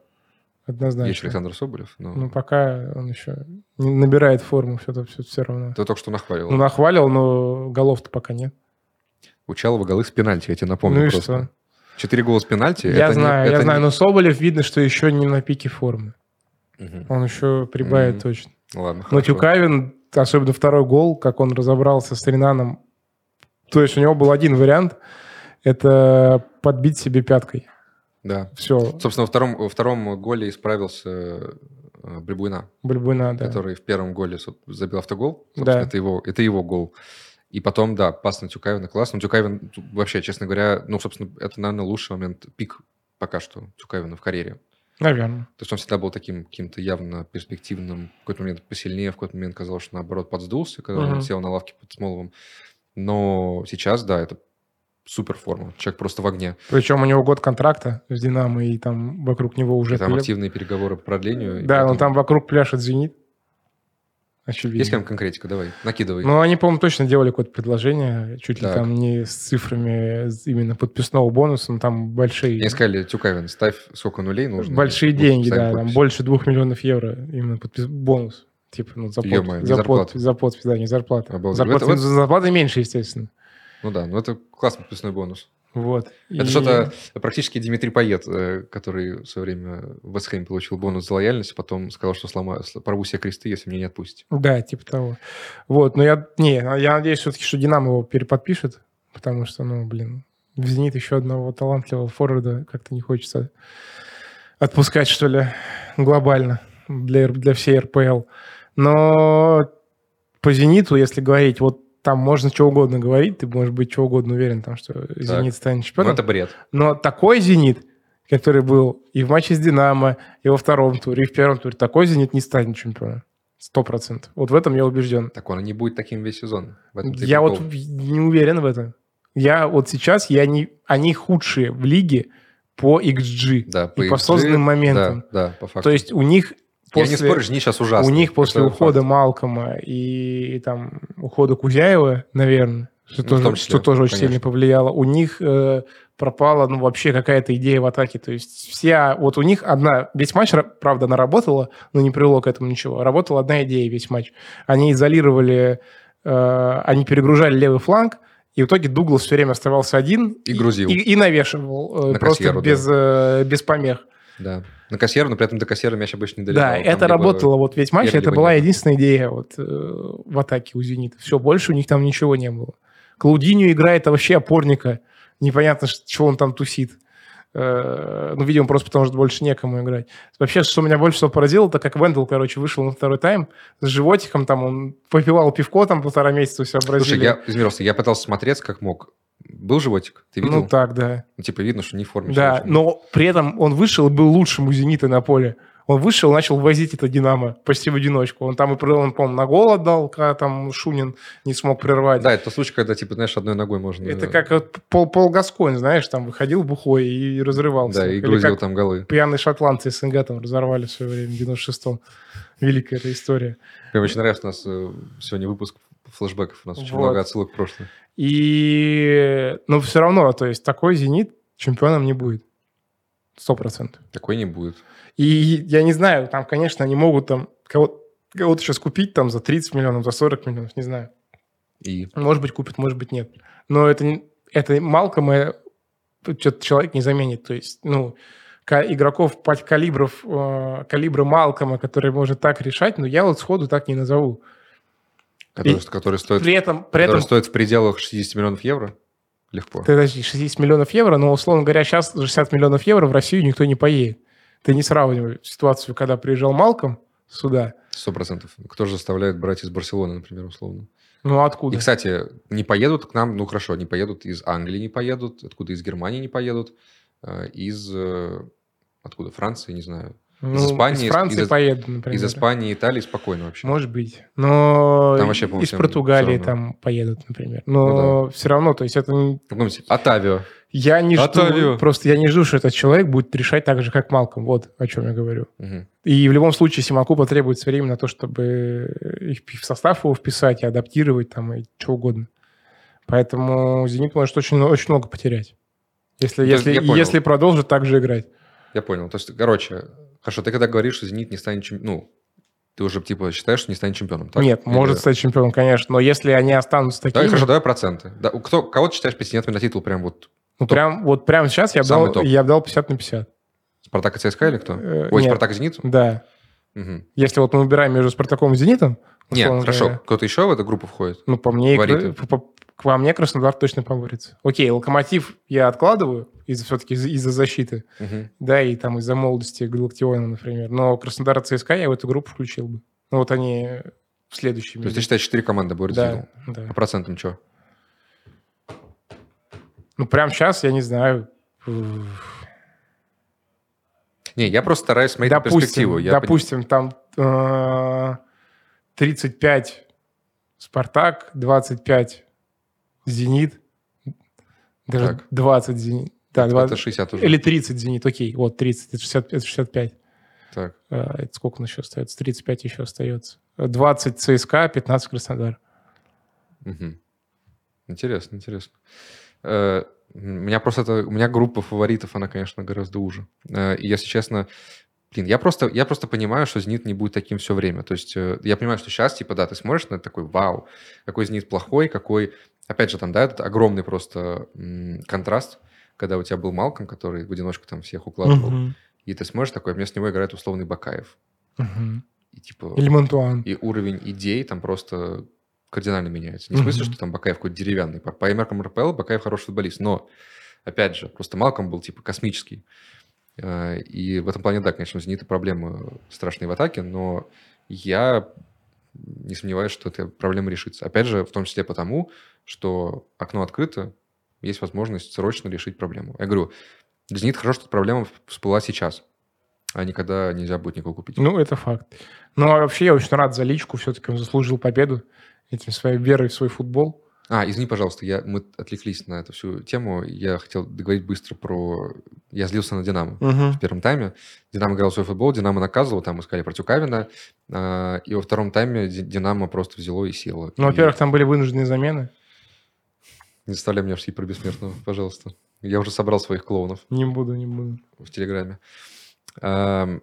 [SPEAKER 2] есть
[SPEAKER 1] Однозначно.
[SPEAKER 2] Александр Соболев, но
[SPEAKER 1] Ну, пока он еще не набирает форму, все, все, равно.
[SPEAKER 2] ты только что нахвалил.
[SPEAKER 1] Ну, нахвалил, но голов-то пока нет.
[SPEAKER 2] У Чалова голы с пенальти, я тебе напомню
[SPEAKER 1] ну и
[SPEAKER 2] просто. Четыре гола с пенальти.
[SPEAKER 1] что?
[SPEAKER 2] это
[SPEAKER 1] Я
[SPEAKER 2] не-
[SPEAKER 1] знаю,
[SPEAKER 2] это
[SPEAKER 1] я
[SPEAKER 2] не-
[SPEAKER 1] знаю, ну. но Соболев видно, что еще не на пике формы.
[SPEAKER 2] Мгм.
[SPEAKER 1] Он еще прибавит
[SPEAKER 2] Мгм.
[SPEAKER 1] точно.
[SPEAKER 2] Ладно,
[SPEAKER 1] Но
[SPEAKER 2] хорошо.
[SPEAKER 1] Тюкавин, особенно второй гол, как он разобрался с Ренаном, то есть у него был один вариант, это подбить себе пяткой.
[SPEAKER 2] Да.
[SPEAKER 1] Все,
[SPEAKER 2] Собственно, во втором, во втором голе исправился э, Брибуйна,
[SPEAKER 1] Бульбуйна, да.
[SPEAKER 2] который в первом голе соб- забил автогол.
[SPEAKER 1] Да.
[SPEAKER 2] Собственно, это, его, это его гол. И потом, да, пас на Тюкавина, классно. Тюкавин тут вообще, честно говоря, ну, собственно, это, наверное, лучший момент, пик пока что Тюкавина в карьере.
[SPEAKER 1] Наверное.
[SPEAKER 2] То есть он всегда был таким каким-то явно перспективным, в какой-то момент посильнее, в какой-то момент казалось, что наоборот подсдулся, когда
[SPEAKER 1] Мгм.
[SPEAKER 2] он сел на лавке под Смоловым. Но сейчас, да, это супер форма. Человек просто в огне.
[SPEAKER 1] Причем у него год контракта с «Динамо», и там вокруг него
[SPEAKER 2] И
[SPEAKER 1] уже...
[SPEAKER 2] там
[SPEAKER 1] пля-
[SPEAKER 2] активные переговоры по продлению. и
[SPEAKER 1] Да, но
[SPEAKER 2] поэтому-
[SPEAKER 1] там вокруг пляшет «Зенит». Очевидно.
[SPEAKER 2] Есть прям конкретика? Давай, накидывай.
[SPEAKER 1] Ну, они, по-моему, точно делали какое-то предложение, чуть ли
[SPEAKER 2] Так.
[SPEAKER 1] там не с цифрами с именно подписного бонуса, но там большие,
[SPEAKER 2] Мне сказали, Тюкавин, ставь сколько нулей нужно. Ну,
[SPEAKER 1] большие
[SPEAKER 2] Вот,
[SPEAKER 1] деньги,
[SPEAKER 2] ставим
[SPEAKER 1] да, там
[SPEAKER 2] подпись.
[SPEAKER 1] больше двух миллионов евро именно подпис- бонус. Типа, ну, за,
[SPEAKER 2] Ё-моё,
[SPEAKER 1] подпись,
[SPEAKER 2] не
[SPEAKER 1] за,
[SPEAKER 2] зарплата.
[SPEAKER 1] подпись, за подпись, да, не зарплата.
[SPEAKER 2] Обалдеть.
[SPEAKER 1] Зарплата,
[SPEAKER 2] Вот- вот-
[SPEAKER 1] за зарплатой меньше, естественно.
[SPEAKER 2] Ну да, ну это классный подписной бонус.
[SPEAKER 1] Вот.
[SPEAKER 2] Это
[SPEAKER 1] И-
[SPEAKER 2] что-то практически Дмитрий Пает, э, который в свое время в Вест Хэме получил бонус за лояльность, а потом сказал, что сломаю, сл- порву себе кресты, если меня не отпустите.
[SPEAKER 1] Да, типа того. Вот, но я... Не, я надеюсь все-таки, что «Динамо» его переподпишет, потому что, ну, блин, в «Зенит» еще одного талантливого форварда как-то не хочется отпускать, что ли, глобально для, Р- для всей РПЛ. Но по «Зениту», если говорить, вот там можно что угодно говорить, ты можешь быть что угодно уверен, там, что «Зенит» станет
[SPEAKER 2] Ну,
[SPEAKER 1] чемпионом.
[SPEAKER 2] это бред.
[SPEAKER 1] Но такой «Зенит», который был и в матче с «Динамо», и во втором туре, и в первом туре, такой «Зенит» не станет чемпионом. Сто процентов. Вот в этом я убежден.
[SPEAKER 2] Так он и не будет таким весь сезон. В этом-то и
[SPEAKER 1] Я вот
[SPEAKER 2] прикол.
[SPEAKER 1] в- не уверен в этом. Я вот сейчас, я не, они худшие в лиге по XG
[SPEAKER 2] да,
[SPEAKER 1] и по
[SPEAKER 2] XG,
[SPEAKER 1] созданным моментам.
[SPEAKER 2] Да, да, по факту.
[SPEAKER 1] То есть у них
[SPEAKER 2] Я не
[SPEAKER 1] после,
[SPEAKER 2] спорю, жни сейчас
[SPEAKER 1] у
[SPEAKER 2] ужасно.
[SPEAKER 1] них после
[SPEAKER 2] Это
[SPEAKER 1] ухода
[SPEAKER 2] факт.
[SPEAKER 1] Малкома и там ухода Кузяева, наверное, что,
[SPEAKER 2] Ну, в том
[SPEAKER 1] тоже,
[SPEAKER 2] числе,
[SPEAKER 1] что тоже очень сильно
[SPEAKER 2] конечно.
[SPEAKER 1] повлияло, у них э, пропала ну, вообще какая-то идея в атаке. То есть вся... Вот у них одна... Весь матч, ра- правда, она работала, но не привело к этому ничего. Работала одна идея весь матч. Они изолировали... э, они перегружали левый фланг, и в итоге Дуглас все время оставался один.
[SPEAKER 2] И грузил.
[SPEAKER 1] И, и навешивал. э,
[SPEAKER 2] На
[SPEAKER 1] просто
[SPEAKER 2] Кассиеру, да.
[SPEAKER 1] без, э, без помех.
[SPEAKER 2] Да. На кассиру, но при этом до кассира мяч обычно не долетал.
[SPEAKER 1] Да,
[SPEAKER 2] Там
[SPEAKER 1] это
[SPEAKER 2] либо-
[SPEAKER 1] работало вот весь матч,
[SPEAKER 2] первый,
[SPEAKER 1] это
[SPEAKER 2] либо
[SPEAKER 1] была
[SPEAKER 2] нет.
[SPEAKER 1] единственная идея вот, э, в атаке у «Зенита». Все, больше у них там ничего не было. Клаудинью играет а вообще опорника. Непонятно, ш- чего он там тусит. Э, Ну, видимо, просто потому что больше некому играть. Вообще, что меня больше всего поразило, так как Вендел, короче, вышел на второй тайм с животиком, там он попивал пивко там полтора месяца у себя в Бразилии.
[SPEAKER 2] Слушай, я, измерился, я пытался смотреть как мог. Был животик? Ты видел?
[SPEAKER 1] Ну, так, да.
[SPEAKER 2] Ну, типа видно, что не в форме.
[SPEAKER 1] Да, ну,
[SPEAKER 2] человек.
[SPEAKER 1] но при этом он вышел и был лучшим у «Зенита» на поле. Он вышел, начал возить это «Динамо» почти в одиночку. Он там, и про- он, по-моему, на гол отдал, когда там Шунин не смог прервать.
[SPEAKER 2] Да, это тот случай, когда, типа, знаешь, одной ногой можно...
[SPEAKER 1] это как вот пол, пол Гасконь, знаешь, там выходил бухой и разрывался.
[SPEAKER 2] э, Да, и
[SPEAKER 1] Или
[SPEAKER 2] грузил
[SPEAKER 1] как
[SPEAKER 2] там голы.
[SPEAKER 1] пьяные шотландцы СНГ там разорвали в свое время в 96-м. Великая эта история.
[SPEAKER 2] Прям очень нравится у нас э, сегодня выпуск флешбеков. У нас очень
[SPEAKER 1] Вот.
[SPEAKER 2] много отсылок в прошлое.
[SPEAKER 1] И, ну, все равно, то есть такой «Зенит» чемпионом не будет. Сто процентов.
[SPEAKER 2] Такой не будет.
[SPEAKER 1] И я не знаю, там, конечно, они могут там кого- кого-то сейчас купить там за 30 миллионов, за 40 миллионов, не знаю.
[SPEAKER 2] И
[SPEAKER 1] Может быть, купят, может быть, нет. Но это, не- это Малкома что-то человек не заменит. То есть, ну, ка- игроков под калибров, э, калибра Малкома, который может так решать, но я вот сходу так не назову.
[SPEAKER 2] который,
[SPEAKER 1] И-
[SPEAKER 2] который стоит,
[SPEAKER 1] При этом, при
[SPEAKER 2] который
[SPEAKER 1] этом
[SPEAKER 2] стоит в пределах 60 миллионов евро. Легко.
[SPEAKER 1] Ты подожди, 60 миллионов евро, но, условно говоря, сейчас 60 миллионов евро в Россию никто не поедет. Ты не сравнивай ситуацию, когда приезжал Малком сюда.
[SPEAKER 2] Сто процентов. Кто же заставляет брать из Барселоны, например, условно?
[SPEAKER 1] Ну, откуда?
[SPEAKER 2] И, кстати, не поедут к нам, ну хорошо, не поедут из Англии, не поедут, откуда из Германии не поедут, э, из э, откуда Франции, не знаю,
[SPEAKER 1] Ну,
[SPEAKER 2] Испании,
[SPEAKER 1] из Франции
[SPEAKER 2] из-
[SPEAKER 1] поеду, например.
[SPEAKER 2] из Испании, Италии спокойно вообще.
[SPEAKER 1] Может быть. Но
[SPEAKER 2] Там вообще, по-моему,
[SPEAKER 1] из
[SPEAKER 2] всем
[SPEAKER 1] Португалии
[SPEAKER 2] всё равно. Ну
[SPEAKER 1] там поедут, например. Но все равно, то есть это... не-
[SPEAKER 2] Как думаете, Атавио.
[SPEAKER 1] Я не жду...
[SPEAKER 2] Отавио.
[SPEAKER 1] Просто я не жду, что этот человек будет решать так же, как Малком. Вот о чем я говорю.
[SPEAKER 2] Мгм.
[SPEAKER 1] И в любом случае Симаку потребуется время на то, чтобы их в состав его вписать и адаптировать там и что угодно. Поэтому «Зенит» может очень, очень много потерять. Если,
[SPEAKER 2] Ну, то есть
[SPEAKER 1] если,
[SPEAKER 2] я понял.
[SPEAKER 1] если продолжит так же играть.
[SPEAKER 2] Я понял. То есть, короче, хорошо, ты когда говоришь, что Зенит не станет чемпионом, ну, ты уже типа считаешь, что не станет чемпионом, так?
[SPEAKER 1] Нет,
[SPEAKER 2] Или-
[SPEAKER 1] может стать чемпионом, конечно, но если они останутся такими...
[SPEAKER 2] Давай, хорошо, давай проценты. Да, у- кто, кого ты считаешь претендентами на титул прям вот?
[SPEAKER 1] Ну,
[SPEAKER 2] Топ.
[SPEAKER 1] прям, вот прямо сейчас я бы
[SPEAKER 2] Самый
[SPEAKER 1] дал,
[SPEAKER 2] топ.
[SPEAKER 1] я бы дал 50 на 50.
[SPEAKER 2] Спартак и ЦСКА или кто?
[SPEAKER 1] Э,
[SPEAKER 2] Ой,
[SPEAKER 1] нет.
[SPEAKER 2] Спартак и Зенит?
[SPEAKER 1] Да.
[SPEAKER 2] Мгм.
[SPEAKER 1] Если вот мы выбираем между Спартаком и Зенитом...
[SPEAKER 2] Нет,
[SPEAKER 1] условно
[SPEAKER 2] хорошо.
[SPEAKER 1] говоря,
[SPEAKER 2] Кто-то еще в эту группу входит?
[SPEAKER 1] ну, по мне,
[SPEAKER 2] Фавориты.
[SPEAKER 1] к, по- по мне Краснодар точно поборется. Окей, Локомотив я откладываю из, все-таки из- из-за защиты,
[SPEAKER 2] Мгм.
[SPEAKER 1] да, и там из-за молодости Галактиона, например. Но Краснодар и ЦСКА я в эту группу включил бы. Ну, вот они в следующем.
[SPEAKER 2] То есть ты считаешь, четыре команды будет А
[SPEAKER 1] да,
[SPEAKER 2] да.
[SPEAKER 1] да.
[SPEAKER 2] По процентам чего?
[SPEAKER 1] Ну, прямо сейчас, я не знаю. э,
[SPEAKER 2] Не, я просто стараюсь смотреть на перспективу.
[SPEAKER 1] Допустим,
[SPEAKER 2] Я
[SPEAKER 1] допустим там э, 35 «Спартак», 25 «Зенит», даже
[SPEAKER 2] Так.
[SPEAKER 1] 20 «Зенит». Да,
[SPEAKER 2] понимаю, это
[SPEAKER 1] 20
[SPEAKER 2] 60 уже.
[SPEAKER 1] или 30 «Зенит», окей, вот 30, это 60, это 65.
[SPEAKER 2] Так.
[SPEAKER 1] Э, Это сколько у нас еще остается? 35 еще остается. Э, 20 ЦСКА, 15 Краснодар.
[SPEAKER 2] Мгм. Интересно, интересно. Э, м, У меня просто это, у меня группа фаворитов, она, конечно, гораздо уже. Э, И если честно, блин, я просто, я просто понимаю, что Зенит не будет таким все время. То есть э, я понимаю, что сейчас, типа, да, ты смотришь на это такой, вау, какой Зенит плохой, какой, опять же, там, да, этот огромный просто м, контраст, когда у тебя был Малком, который в одиночку там всех укладывал,
[SPEAKER 1] Мгм.
[SPEAKER 2] и ты смотришь такой, а мне с него играет условный Бакаев.
[SPEAKER 1] Мгм.
[SPEAKER 2] И, типа,
[SPEAKER 1] Или Монтуан.
[SPEAKER 2] и уровень идей там просто кардинально меняется. Не в смысле,
[SPEAKER 1] Мгм.
[SPEAKER 2] что там Бакаев какой-то деревянный. По, по меркам РПЛ Бакаев хороший футболист, но, опять же, просто Малком был типа космический. Э, И в этом плане, да, конечно, у Зенита проблемы страшные в атаке, но я не сомневаюсь, что эта проблема решится. Опять же, в том числе потому, что окно открыто, есть возможность срочно решить проблему. Я говорю, для Зенита хорошо, что эта проблема всплыла сейчас, а не когда нельзя будет никого купить.
[SPEAKER 1] Ну, это факт. Ну, а вообще я очень рад за личку. Все-таки он заслужил победу этим своей верой в свой футбол.
[SPEAKER 2] А, извини, пожалуйста, я, мы отвлеклись на эту всю тему. Я хотел договорить быстро про... Я злился на «Динамо» в первом тайме. «Динамо» играл в свой футбол, «Динамо» наказывал, там искали Протюкавина. а, И во втором тайме «Ди- «Динамо» просто взяло и село.
[SPEAKER 1] Ну,
[SPEAKER 2] И
[SPEAKER 1] во-первых, там были вынужденные замены.
[SPEAKER 2] Не заставляй меня шутить про бессмертного, пожалуйста. Я уже собрал своих клоунов
[SPEAKER 1] Не буду, не буду.
[SPEAKER 2] в Телеграме. Ам,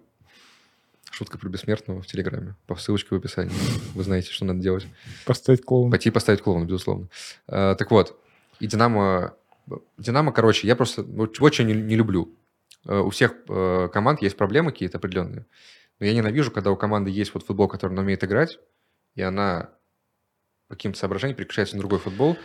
[SPEAKER 2] Шутка про бессмертного в Телеграме. По ссылочке в описании. Вы знаете, что надо делать.
[SPEAKER 1] Поставить клоуна.
[SPEAKER 2] Пойти поставить клоуна, безусловно. Э, Так вот, и Динамо... Динамо, короче, я просто вот чего очень не, не люблю. Э, У всех э, команд есть проблемы какие-то определенные. Но я ненавижу, когда у команды есть вот футбол, который она умеет играть, и она по каким-то соображениям переключается на другой футбол,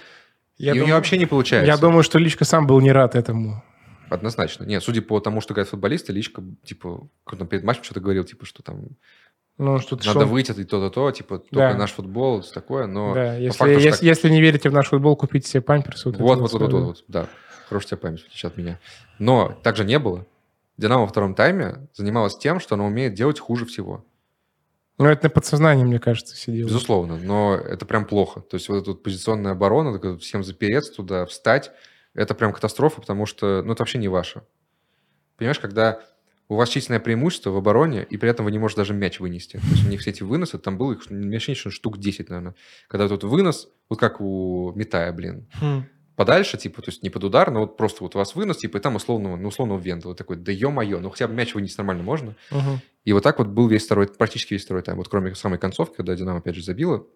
[SPEAKER 1] Я
[SPEAKER 2] и у
[SPEAKER 1] думаю-
[SPEAKER 2] нее вообще не получается.
[SPEAKER 1] я думаю, что личка сам был не рад этому.
[SPEAKER 2] Однозначно. Нет, судя по тому, что говорят футболисты, Личка, типа, когда он перед матчем что-то говорил, типа, что там
[SPEAKER 1] Ну, что-то
[SPEAKER 2] надо
[SPEAKER 1] что-
[SPEAKER 2] выйти, и то-то, то, типа, только
[SPEAKER 1] Да.
[SPEAKER 2] наш футбол, всё такое, но...
[SPEAKER 1] Да, если,
[SPEAKER 2] факту, что
[SPEAKER 1] если,
[SPEAKER 2] так-
[SPEAKER 1] если не верите в наш футбол, купите себе памперсы. это
[SPEAKER 2] Вот, вот, вот, вот,
[SPEAKER 1] скажу.
[SPEAKER 2] вот, вот, да. Хорошая тебя память, в отличие от меня. Но также не было. Динамо во втором тайме занималась тем, что она умеет делать хуже всего.
[SPEAKER 1] Ну, это на подсознании, мне кажется, сидело.
[SPEAKER 2] Безусловно, но это прям плохо. То есть вот эта вот позиционная оборона, так вот всем запереться туда, встать, это прям катастрофа, потому что, ну, это вообще не ваше. Понимаешь, когда у вас численное преимущество в обороне, и при этом вы не можете даже мяч вынести. То есть у них все эти выносы, там было их, мне ощущение, что штук 10, наверное. Когда вот этот вынос, вот как у Митая, блин,
[SPEAKER 1] Хм.
[SPEAKER 2] подальше, типа, то есть не под удар, но вот просто вот вас вынос, типа, и там условного, ну, условного Вендела такой, да ё-моё, ну хотя бы мяч вынести нормально можно.
[SPEAKER 1] Мгм.
[SPEAKER 2] И вот так вот был весь второй, практически весь второй тайм, вот кроме самой концовки, когда Динамо опять же забило,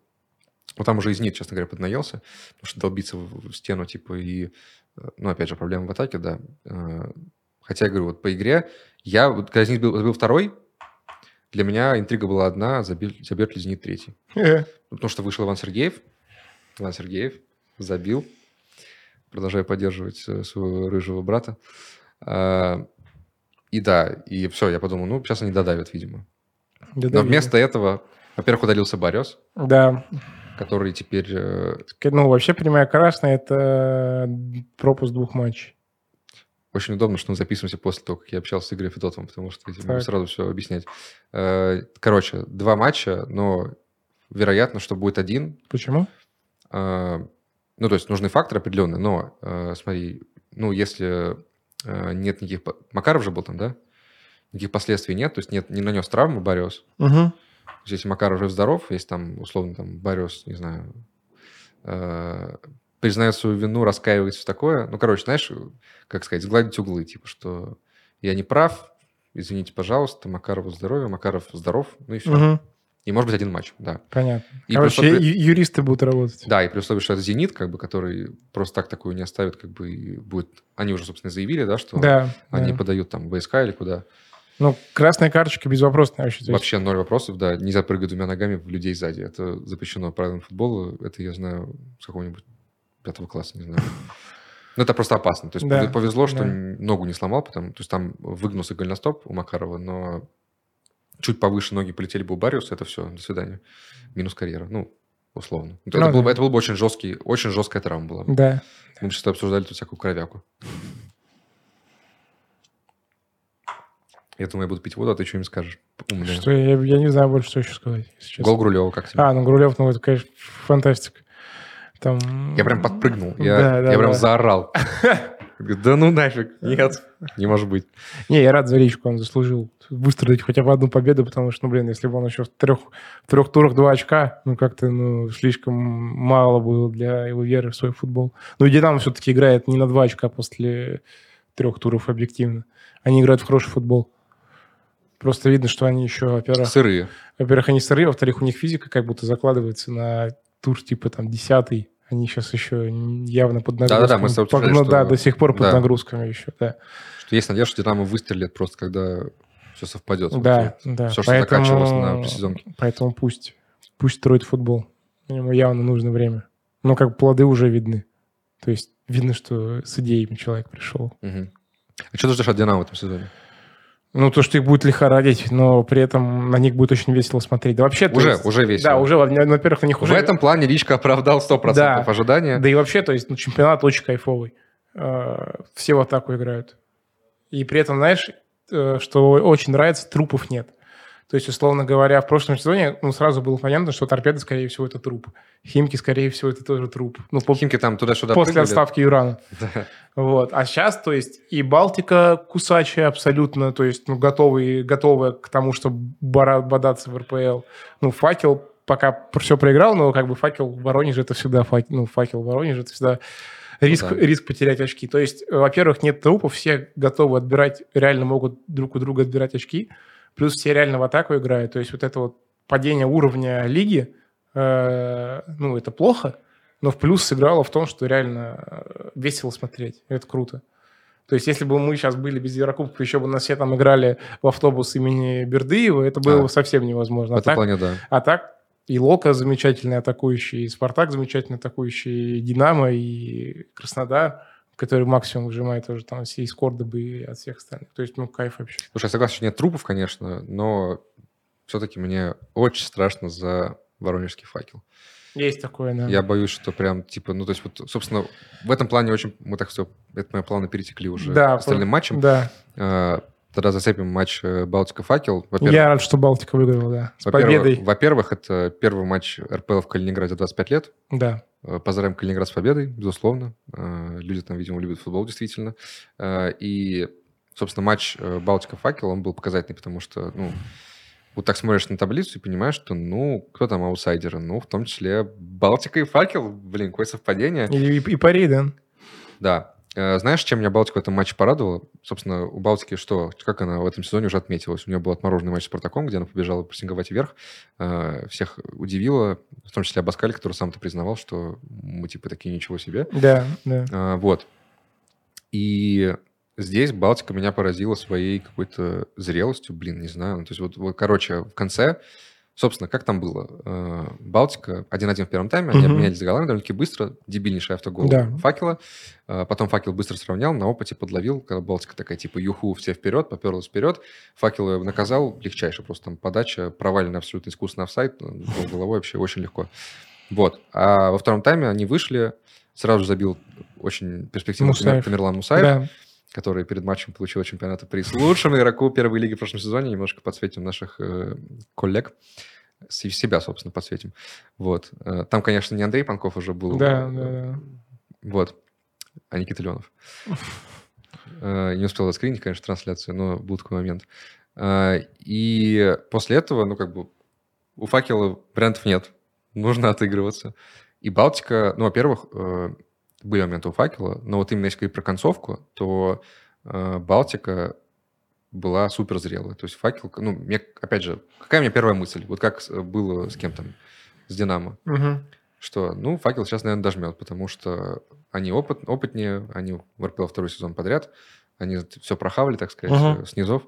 [SPEAKER 2] вот там уже из них, честно говоря, поднаелся, потому что долбиться в, в стену, типа, и, э, ну, опять же, проблема в атаке, да. Э, Хотя, я говорю, вот по игре, я, вот когда Зенит был, забил второй, для меня интрига была одна, забил- забьет ли Зенит третий.
[SPEAKER 1] Э,
[SPEAKER 2] Ну, Потому что вышел Иван Сергеев. Иван Сергеев забил. Продолжаю поддерживать э, своего рыжего брата. А, И да, и все, я подумал, ну, сейчас они додавят, видимо.
[SPEAKER 1] да, да,
[SPEAKER 2] Но вместо этого, во-первых, удалился Борес,
[SPEAKER 1] Да.
[SPEAKER 2] который теперь... э,
[SPEAKER 1] Ну, вообще, прямая красная – это пропуск двух матчей.
[SPEAKER 2] Очень удобно, что мы записываемся после того, как я общался с Игорем Федотовым, потому что я могу
[SPEAKER 1] Так.
[SPEAKER 2] сразу все объяснять. Э, Короче, два матча, но вероятно, что будет один,
[SPEAKER 1] Почему?
[SPEAKER 2] А, ну, то есть нужны факторы определенные, но э, смотри, ну, если э, нет никаких... по- Макаров же был там, да? Никаких последствий нет, то есть нет, не нанес травмы Бариос.
[SPEAKER 1] Мгм.
[SPEAKER 2] То есть если Макаров жив здоров, если там, условно, там Бариос, не знаю, э, признает свою вину, раскаивается все такое. Ну, короче, знаешь, как сказать, сгладить углы, типа, что я не прав, извините, пожалуйста, Макарову здоровья, Макаров здоров, ну и все.
[SPEAKER 1] Мгм.
[SPEAKER 2] И может быть один матч, да.
[SPEAKER 1] Понятно.
[SPEAKER 2] И
[SPEAKER 1] Короче,
[SPEAKER 2] просто-
[SPEAKER 1] ю- юристы будут работать.
[SPEAKER 2] да, и при условии, что это «Зенит», как бы, который просто так такую не оставит, как бы, и будет... Они уже, собственно, заявили, да, что
[SPEAKER 1] Да,
[SPEAKER 2] они
[SPEAKER 1] да.
[SPEAKER 2] подают там в ВСК или куда.
[SPEAKER 1] Ну, красные карточки без вопросов вообще. то есть
[SPEAKER 2] Вообще ноль вопросов, да. Нельзя прыгать двумя ногами в людей сзади. Это запрещено правилам футбола. Это я знаю с какого-нибудь пятого класса, не знаю. Но это просто опасно. То есть
[SPEAKER 1] Да,
[SPEAKER 2] повезло, что
[SPEAKER 1] да.
[SPEAKER 2] н- ногу не сломал, потому то есть там выгнулся голеностоп у Макарова, но чуть повыше ноги полетели бы у Бариуса, это все, до свидания. Минус карьера, ну, условно. Это,
[SPEAKER 1] Ну
[SPEAKER 2] был, бы-
[SPEAKER 1] да.
[SPEAKER 2] это был бы очень жесткий, очень жесткая травма была. бы.
[SPEAKER 1] Да.
[SPEAKER 2] Мы сейчас обсуждали тут всякую кровяку. Я думаю, я буду пить воду, а ты что им скажешь? Умная.
[SPEAKER 1] Что я, я не знаю больше, что еще сказать. если честно.
[SPEAKER 2] Гол Грулева как тебе?
[SPEAKER 1] А, ну Грулев, ну это, конечно, фантастика. Там...
[SPEAKER 2] Я прям подпрыгнул. Я,
[SPEAKER 1] Да, да,
[SPEAKER 2] я прям
[SPEAKER 1] да. [LAUGHS]
[SPEAKER 2] заорал. Говорю, Да ну нафиг. Нет, не может быть.
[SPEAKER 1] Не, я рад за Ричку, он заслужил. Быстро дать хотя бы одну победу, потому что, ну, блин, если бы он еще в трех, в трех турах два очка, ну, как-то, ну, слишком мало было для его веры в свой футбол. Ну, и Динамо все-таки играет не на два очка после трех туров объективно. Они играют в хороший футбол. Просто видно, что они еще, во-первых,
[SPEAKER 2] Сырые.
[SPEAKER 1] во-первых, они сырые, во-вторых, у них физика как будто закладывается на тур типа там десятый. Они сейчас еще явно под
[SPEAKER 2] Да-да-да,
[SPEAKER 1] нагрузками.
[SPEAKER 2] мы с тобой обсуждали,
[SPEAKER 1] Ну
[SPEAKER 2] что-
[SPEAKER 1] да, до сих пор под
[SPEAKER 2] да.
[SPEAKER 1] нагрузками еще, да.
[SPEAKER 2] Что есть надежда, что Динамо выстрелит просто, когда все совпадет.
[SPEAKER 1] Да, да.
[SPEAKER 2] Все, что закачивалось на предсезонке.
[SPEAKER 1] Поэтому пусть. Пусть строит футбол. Ему явно нужно время. Но как бы плоды уже видны. То есть видно, что с идеями человек пришел.
[SPEAKER 2] Мгм. А что ты ждешь от Динамо в этом сезоне?
[SPEAKER 1] Ну, то, что их будет лихорадить, но при этом на них будет очень весело смотреть. Да вообще... то
[SPEAKER 2] Уже,
[SPEAKER 1] есть-
[SPEAKER 2] уже весело.
[SPEAKER 1] Да, уже, во- во-первых, на них
[SPEAKER 2] В
[SPEAKER 1] уже...
[SPEAKER 2] этом плане Личка оправдал 100%
[SPEAKER 1] Да.
[SPEAKER 2] ожидания.
[SPEAKER 1] Да и вообще, то есть, ну, чемпионат очень кайфовый. Э, Все в атаку играют. И при этом, знаешь, э, что очень нравится, трупов нет. То есть, условно говоря, в прошлом сезоне ну, сразу было понятно, что торпеда, скорее всего, это труп. Химки, скорее всего, это тоже труп. Ну, по-
[SPEAKER 2] Химки там туда-сюда
[SPEAKER 1] после
[SPEAKER 2] прыгали.
[SPEAKER 1] отставки Юрана.
[SPEAKER 2] Да.
[SPEAKER 1] Вот. А сейчас, то есть, и Балтика кусачая абсолютно, то есть, ну, готовые, готовая к тому, чтобы бора- бодаться в РПЛ. Ну, факел пока все проиграл, но как бы факел в Воронеже это всегда факел, ну, факел в Воронеже это всегда риск,
[SPEAKER 2] да.
[SPEAKER 1] риск потерять очки. То есть, э, во-первых, нет трупов, все готовы отбирать, реально могут друг у друга отбирать очки, плюс все реально в атаку играют. То есть, вот это вот падение уровня лиги, э, ну, это плохо, но в плюс сыграло в том, что реально э, весело смотреть. Это круто. То есть, если бы мы сейчас были без Еврокубка, еще бы нас все там играли в автобус имени Бердыева, это было
[SPEAKER 2] А.
[SPEAKER 1] бы совсем невозможно.
[SPEAKER 2] В
[SPEAKER 1] А
[SPEAKER 2] этом
[SPEAKER 1] так,
[SPEAKER 2] плане, да.
[SPEAKER 1] а так и Лока замечательный атакующий, и Спартак замечательный атакующий, и Динамо, и Краснодар, который максимум выжимает уже там все из Кордобы и от всех остальных. То есть, ну, кайф вообще.
[SPEAKER 2] Слушай, я согласен, что нет трупов, конечно, но все-таки мне очень страшно за воронежский факел.
[SPEAKER 1] Есть такое, да.
[SPEAKER 2] Я боюсь, что прям, типа, ну, то есть, вот, собственно, в этом плане очень, мы так все, это мы плавно перетекли уже
[SPEAKER 1] Да,
[SPEAKER 2] к остальным матчам.
[SPEAKER 1] Да.
[SPEAKER 2] А, Тогда зацепим матч э, Балтика-Факел.
[SPEAKER 1] Я рад, что Балтика выиграла, да. С
[SPEAKER 2] во-первых-
[SPEAKER 1] победой.
[SPEAKER 2] Во-первых, это первый матч РПЛ в Калининграде за 25 лет.
[SPEAKER 1] Да.
[SPEAKER 2] Э, Поздравим Калининград с победой, безусловно. Э, Люди там, видимо, любят футбол, действительно. Э, И, собственно, матч э, Балтика-Факел, он был показательный, потому что, ну, вот так смотришь на таблицу и понимаешь, что, ну, кто там аутсайдеры? Ну, в том числе Балтика и Факел. Блин, какое совпадение.
[SPEAKER 1] И, и, и пари, да.
[SPEAKER 2] Да. Э, Знаешь, чем меня Балтика в этом матче порадовала? Собственно, у Балтики что? Как она в этом сезоне уже отметилась? У нее был отмороженный матч с Спартаком, где она побежала прессинговать вверх. Э, Всех удивила, в том числе Абаскаль, который сам-то признавал, что мы типа такие ничего себе.
[SPEAKER 1] Да, да.
[SPEAKER 2] А, Вот. И здесь Балтика меня поразила своей какой-то зрелостью, блин, не знаю. Ну, То есть вот, вот, короче, в конце, собственно, как там было? Э, Балтика 1-1 в первом тайме, они
[SPEAKER 1] Мгм.
[SPEAKER 2] обменялись голами довольно-таки быстро, дебильнейший автогол
[SPEAKER 1] Да.
[SPEAKER 2] факела. Э, Потом факел быстро сравнял, на опыте подловил, когда Балтика такая, типа, юху, все вперед, поперлась вперед. Факел ее наказал, легчайше просто там подача, проваленная абсолютно искусно офсайд, э, гол головой вообще очень легко. Вот. А во втором тайме они вышли, сразу же забил очень перспективный
[SPEAKER 1] Мусаев.
[SPEAKER 2] Тамерлан Мусаев,
[SPEAKER 1] Да.
[SPEAKER 2] который перед матчем получил от чемпионата приз лучшему игроку первой лиги в прошлом сезоне. Немножко подсветим наших э, коллег. С- Себя, собственно, подсветим. Вот. Э, Там, конечно, не Андрей Панков уже был.
[SPEAKER 1] Да,
[SPEAKER 2] э,
[SPEAKER 1] да, да.
[SPEAKER 2] Вот. А Никита Леонов. Э, Не успел заскринить, конечно, трансляцию, но был такой момент. Э, И после этого, ну, как бы, у факела вариантов нет. Нужно отыгрываться. И Балтика, ну, во-первых, э, были моменты у факела, но вот именно если говорить про концовку, то э, Балтика была супер зрелая. То есть факел, ну, мне, опять же, какая у меня первая мысль? Вот как с- было с кем там, с Динамо?
[SPEAKER 1] Мгм.
[SPEAKER 2] что, ну, факел сейчас, наверное, дожмет, потому что они опыт, опытнее, они в РПЛ второй сезон подряд, они все прохавали, так сказать,
[SPEAKER 1] Мгм.
[SPEAKER 2] э, снизов.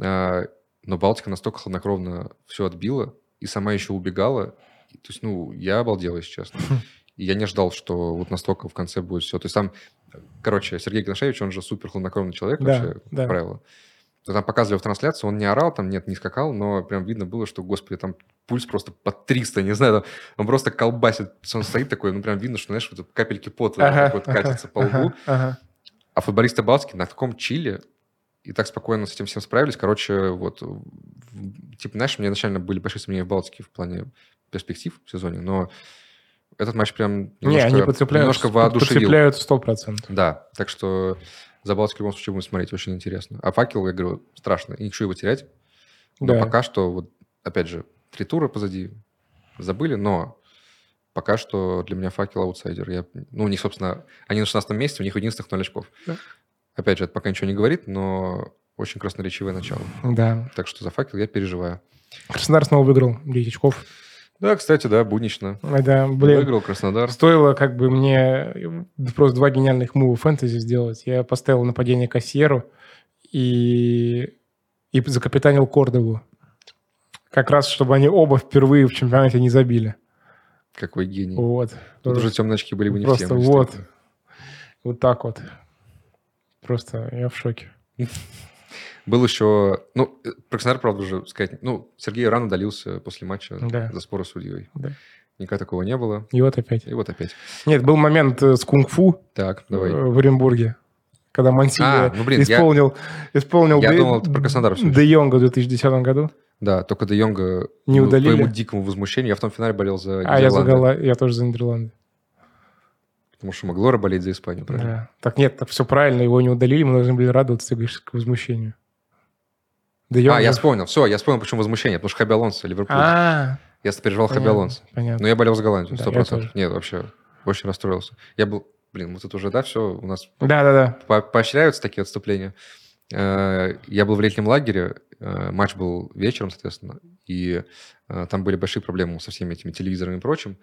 [SPEAKER 2] А, Но Балтика настолько хладнокровно все отбила и сама еще убегала. И, То есть, ну, я обалдел, если честно.
[SPEAKER 1] Хм.
[SPEAKER 2] И я не ждал, что вот настолько в конце будет все. То есть там, короче, Сергей Гоношевич, он же супер хладнокровный человек
[SPEAKER 1] Да,
[SPEAKER 2] вообще, как
[SPEAKER 1] да.
[SPEAKER 2] правило. Там показывали в трансляции, он не орал, там нет, не скакал, но прям видно было, что, господи, там пульс просто под 300, не знаю, там, он просто колбасит. Он стоит такой, ну прям видно, что, знаешь, вот капельки пота
[SPEAKER 1] Ага,
[SPEAKER 2] так вот
[SPEAKER 1] ага,
[SPEAKER 2] катятся по лбу.
[SPEAKER 1] ага, ага.
[SPEAKER 2] А футболисты Балтики на таком чиле и так спокойно с этим всем справились. Короче, вот, в- типа, знаешь, у меня изначально были большие сомнения в Балтике в плане перспектив в сезоне, но этот матч прям
[SPEAKER 1] Не,
[SPEAKER 2] немножко,
[SPEAKER 1] они подцепляют,
[SPEAKER 2] немножко воодушевил.
[SPEAKER 1] подцепляют 100%.
[SPEAKER 2] Да, так что за Балтику в любом случае будем смотреть, очень интересно. А факел, я говорю, страшно, и ничего его терять. Но
[SPEAKER 1] Да.
[SPEAKER 2] Ну, пока что, вот, опять же, три тура позади забыли, но пока что для меня факел аутсайдер. Я, ну, у них, собственно, они на 16 месте, у них у единственных 0 очков.
[SPEAKER 1] Да.
[SPEAKER 2] Опять же, это пока ничего не говорит, но очень красноречивое начало.
[SPEAKER 1] Да.
[SPEAKER 2] Так что за факел я переживаю.
[SPEAKER 1] Краснодар снова выиграл 9 очков.
[SPEAKER 2] Да, кстати, да, буднично.
[SPEAKER 1] Да, блин.
[SPEAKER 2] Выиграл Краснодар.
[SPEAKER 1] Стоило как бы мне э, просто два гениальных мува фэнтези сделать. Я поставил нападение Кассиеру и, и закапитанил Кордову. Как раз, чтобы они оба впервые в чемпионате не забили.
[SPEAKER 2] Какой гений.
[SPEAKER 1] Вот.
[SPEAKER 2] Тут уже темные очки были бы не
[SPEAKER 1] Просто
[SPEAKER 2] в тему.
[SPEAKER 1] вот.
[SPEAKER 2] действительно.
[SPEAKER 1] Вот так вот. Просто я в шоке.
[SPEAKER 2] Был еще... Ну, э, про Краснодар, правда, уже сказать... Ну, Сергей рано удалился после матча
[SPEAKER 1] Да.
[SPEAKER 2] за споры с судьей.
[SPEAKER 1] Да.
[SPEAKER 2] Никогда такого не было.
[SPEAKER 1] И вот опять.
[SPEAKER 2] И вот опять.
[SPEAKER 1] Нет, был момент э, с кунг-фу
[SPEAKER 2] Так,
[SPEAKER 1] э,
[SPEAKER 2] давай.
[SPEAKER 1] в Оренбурге, когда Мансилья
[SPEAKER 2] А, ну, блин, я-
[SPEAKER 1] исполнил, исполнил
[SPEAKER 2] я
[SPEAKER 1] Де-
[SPEAKER 2] думал, ты про Краснодар всё
[SPEAKER 1] Де Йонга в 2010 году.
[SPEAKER 2] Да, только Де Йонга...
[SPEAKER 1] Не
[SPEAKER 2] ну,
[SPEAKER 1] удалили?
[SPEAKER 2] По моему дикому возмущению. Я в том финале болел за
[SPEAKER 1] А я за
[SPEAKER 2] Нидерланды.
[SPEAKER 1] Гола- я тоже за Нидерланды.
[SPEAKER 2] Потому что Маглора болеть за Испанию, правильно?
[SPEAKER 1] Да. Так нет, так все правильно, его не удалили, мы должны были радоваться, ты говоришь, к возмущению. Де Йонга-
[SPEAKER 2] А, я вспомнил. Все, я вспомнил, почему возмущение. Потому что Хаби Алонсо, Ливерпуль.
[SPEAKER 1] А,
[SPEAKER 2] Я сопереживал Хаби
[SPEAKER 1] понятно,
[SPEAKER 2] Алонсо.
[SPEAKER 1] Понятно.
[SPEAKER 2] Но я болел за Голландию,
[SPEAKER 1] Да,
[SPEAKER 2] сто
[SPEAKER 1] я
[SPEAKER 2] процентов.
[SPEAKER 1] тоже.
[SPEAKER 2] Нет, вообще, очень расстроился. Я был... Блин, вот это уже, да, все, у нас
[SPEAKER 1] Да-да-да.
[SPEAKER 2] по- поощряются такие отступления. Э, Я был в летнем лагере, э, матч был вечером, соответственно, и э, там были большие проблемы со всеми этими телевизорами и прочим.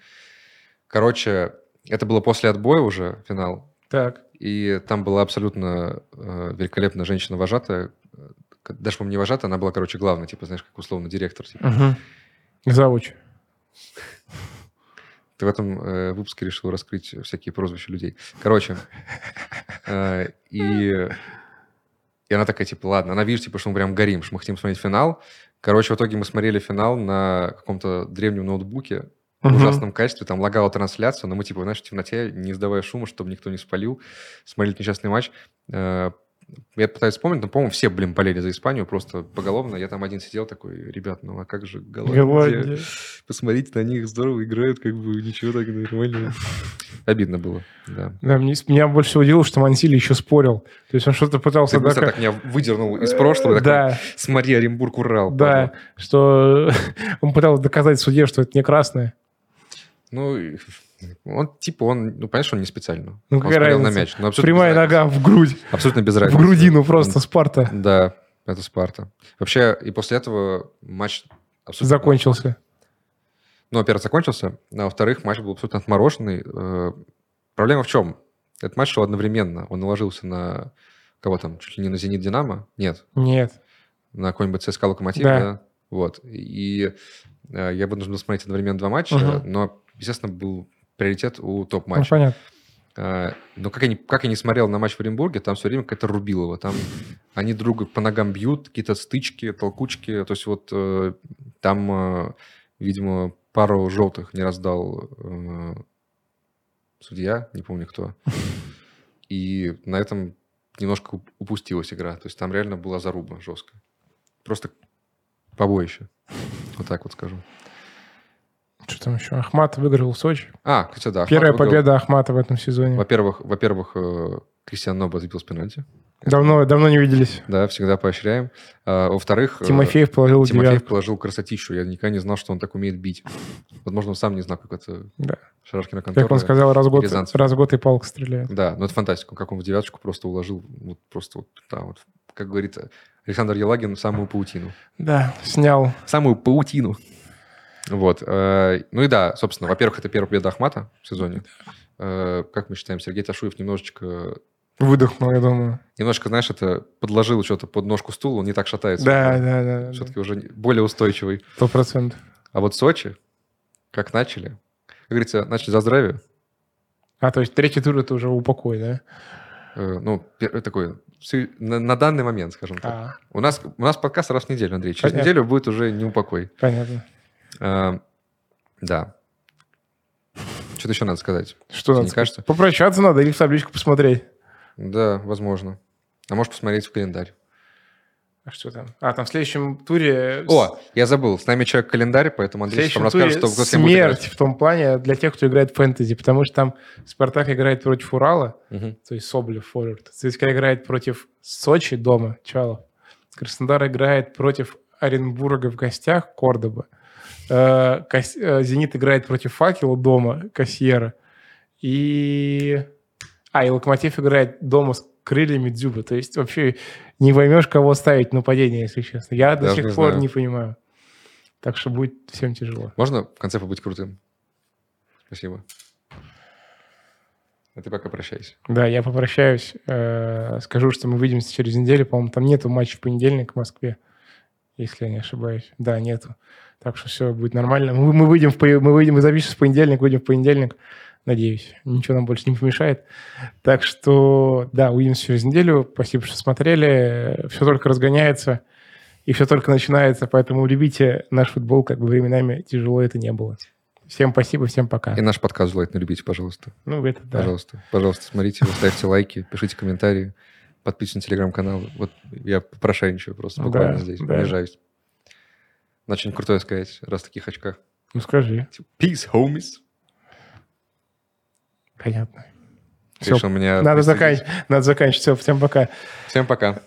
[SPEAKER 2] Короче, это было после отбоя уже финал,
[SPEAKER 1] Так.
[SPEAKER 2] и там была абсолютно э, великолепная женщина-вожатая, э, даже, по-моему, не вожатая, она была, короче, главная, типа, знаешь, как условно директор. типа.
[SPEAKER 1] Угу. Завуч.
[SPEAKER 2] Ты в этом э, выпуске решил раскрыть всякие прозвища людей. Короче, э, и, и она такая, типа, ладно, она видит, типа, что мы прям горим, что мы хотим смотреть финал. Короче, в итоге мы смотрели финал на каком-то древнем ноутбуке в
[SPEAKER 1] Мгм.
[SPEAKER 2] ужасном качестве, там лагала трансляция, но мы, типа, знаешь, в темноте, не издавая шума, чтобы никто не спалил, смотрели этот несчастный матч. Э, Я пытаюсь вспомнить, но, по-моему, все, блин, болели за Испанию, просто поголовно. Я там один сидел такой, ребят, ну а как же Голландия?
[SPEAKER 1] Голландия.
[SPEAKER 2] Посмотрите на них, здорово играют, как бы ничего так нормально. Обидно было, да.
[SPEAKER 1] Да, мне- меня больше всего удивило, что Мансили еще спорил. То есть он что-то пытался...
[SPEAKER 2] Ты быстро
[SPEAKER 1] дока-
[SPEAKER 2] так меня выдернул из прошлого. такой,
[SPEAKER 1] Э, Да.
[SPEAKER 2] Смотри, Оренбург, Урал.
[SPEAKER 1] Да,
[SPEAKER 2] падла».
[SPEAKER 1] что [LAUGHS] он пытался доказать суде, что это не красное.
[SPEAKER 2] Ну, и он, типа, он, ну, понимаешь, он не специально.
[SPEAKER 1] Ну,
[SPEAKER 2] Он
[SPEAKER 1] какая
[SPEAKER 2] смотрел на
[SPEAKER 1] разница?
[SPEAKER 2] мяч. Ну, абсолютно
[SPEAKER 1] Прямая
[SPEAKER 2] без разницы.
[SPEAKER 1] нога в грудь,
[SPEAKER 2] Абсолютно без
[SPEAKER 1] в
[SPEAKER 2] разницы.
[SPEAKER 1] грудину просто Спарта
[SPEAKER 2] Да, это Спарта. Вообще, и после этого матч абсолютно...
[SPEAKER 1] закончился.
[SPEAKER 2] Ну, во-первых, закончился, а во-вторых, матч был абсолютно отмороженный. Э, Проблема в чем? Этот матч шел одновременно. Он наложился на кого там, чуть ли не на «Зенит Динамо»? Нет,
[SPEAKER 1] Нет.
[SPEAKER 2] на какой-нибудь ЦСКА Локомотив,
[SPEAKER 1] Да.
[SPEAKER 2] да. Вот. И э, я вынужден был смотреть одновременно два матча,
[SPEAKER 1] Мгм.
[SPEAKER 2] но, естественно, был приоритет у
[SPEAKER 1] Ну,
[SPEAKER 2] топ-матча.
[SPEAKER 1] понятно.
[SPEAKER 2] Э, но как я, не, как я не смотрел на матч в Оренбурге, там все время какая-то Рубилова. Там они друга по ногам бьют, какие-то стычки, толкучки. То есть вот э, там, э, видимо, пару желтых не раздал э, судья, не помню кто. И на этом немножко уп- упустилась игра. То есть там реально была заруба жесткая. Просто побоище. Вот так вот скажу.
[SPEAKER 1] Что там еще? Ахмат выиграл в Сочи.
[SPEAKER 2] А, кстати, да. Ахмат
[SPEAKER 1] Первая
[SPEAKER 2] выиграл.
[SPEAKER 1] победа Ахмата в этом сезоне.
[SPEAKER 2] Во-первых, во-первых, э, Кристиан Ноба забил с пенальти.
[SPEAKER 1] Давно, давно не виделись.
[SPEAKER 2] Да, всегда поощряем. А, Во-вторых, э,
[SPEAKER 1] Тимофеев положил
[SPEAKER 2] Тимофеев
[SPEAKER 1] девятку.
[SPEAKER 2] положил красотищу. Я никогда не знал, что он так умеет бить. Возможно, он сам не знал, как это
[SPEAKER 1] Да.
[SPEAKER 2] Шарашкина контора.
[SPEAKER 1] Как он сказал, раз в год,
[SPEAKER 2] Рязанцев.
[SPEAKER 1] раз в год и палка стреляет.
[SPEAKER 2] Да, но это фантастика. Как он в девяточку просто уложил, вот просто вот, да, вот, как говорит Александр Елагин, в самую паутину.
[SPEAKER 1] Да, снял.
[SPEAKER 2] В самую паутину. Вот. э, Ну и да, собственно, во-первых, это первая победа Ахмата в сезоне. Э, Как мы считаем, Сергей Ташуев немножечко,
[SPEAKER 1] Выдохнул, я думаю.
[SPEAKER 2] немножко, знаешь, это подложил что-то под ножку стула, он не так шатается.
[SPEAKER 1] Да, да, да. да.
[SPEAKER 2] Все-таки уже более устойчивый.
[SPEAKER 1] Сто процентов.
[SPEAKER 2] А вот Сочи, как начали, как говорится, начали за здравие.
[SPEAKER 1] А, то есть третий тур это уже упокой, да?
[SPEAKER 2] э, ну, пер- такой, сю- на, на данный момент, скажем так.
[SPEAKER 1] А,
[SPEAKER 2] У нас, у нас подкаст раз в неделю, Андрей. Через
[SPEAKER 1] Понятно.
[SPEAKER 2] неделю будет уже неупокой.
[SPEAKER 1] понятно.
[SPEAKER 2] Э, да. Что-то еще надо сказать.
[SPEAKER 1] Что
[SPEAKER 2] Тебе
[SPEAKER 1] надо
[SPEAKER 2] не
[SPEAKER 1] сказать?
[SPEAKER 2] кажется?
[SPEAKER 1] Попрощаться надо или в табличку посмотреть.
[SPEAKER 2] Да, возможно. А можешь посмотреть в календарь.
[SPEAKER 1] А что там? А, там в следующем туре...
[SPEAKER 2] О, я забыл. С нами человек календарь,
[SPEAKER 1] в
[SPEAKER 2] поэтому Андрей сейчас
[SPEAKER 1] следующем
[SPEAKER 2] вам расскажет, что
[SPEAKER 1] туре
[SPEAKER 2] в Гослинг будет
[SPEAKER 1] смерть в том плане для тех, кто играет в фэнтези, потому что там Спартак играет против Урала,
[SPEAKER 2] играть. Мгм.
[SPEAKER 1] то есть Соболев форвард. ЦСКА играет против Сочи дома, Чалов. Краснодар играет против Оренбурга в гостях, Кордоба. Э, Кас- э, Зенит играет против Факела дома, Кассиера. И... А, и Локомотив играет дома с крыльями Дзюба. То есть вообще не поймешь, кого ставить на нападение, если честно. Я до
[SPEAKER 2] Даже
[SPEAKER 1] сих
[SPEAKER 2] не
[SPEAKER 1] пор
[SPEAKER 2] знаю.
[SPEAKER 1] не понимаю. Так что будет всем тяжело.
[SPEAKER 2] Можно в конце побыть крутым? Спасибо. А ты пока прощайся.
[SPEAKER 1] Да, я попрощаюсь. Э, Скажу, что мы увидимся через неделю. По-моему, там нету матча в понедельник в Москве, если я не ошибаюсь. Да, нету. Так что все будет нормально. Мы, мы выйдем, в, пон- мы выйдем, мы запишемся в понедельник, выйдем в понедельник. Надеюсь, ничего нам больше не помешает. Так что, да, увидимся через неделю. Спасибо, что смотрели. Все только разгоняется и все только начинается. Поэтому любите наш футбол, как бы временами тяжело это не было. Всем спасибо, всем пока.
[SPEAKER 2] И наш подкаст желательно любите, пожалуйста.
[SPEAKER 1] Ну, это да.
[SPEAKER 2] Пожалуйста. Пожалуйста, смотрите его, ставьте лайки, пишите комментарии, подписывайтесь на телеграм-канал. Вот я попрошайничаю просто
[SPEAKER 1] Ну Да,
[SPEAKER 2] буквально здесь.
[SPEAKER 1] да.
[SPEAKER 2] Унижаюсь. Надо что-нибудь крутое сказать, раз в таких очках.
[SPEAKER 1] Ну, скажи.
[SPEAKER 2] Типа, Peace, homies.
[SPEAKER 1] Понятно. Всё,
[SPEAKER 2] Решил меня...
[SPEAKER 1] Надо
[SPEAKER 2] пристыдить.
[SPEAKER 1] заканчивать. Надо заканчивать. Все, всем пока.
[SPEAKER 2] Всем пока.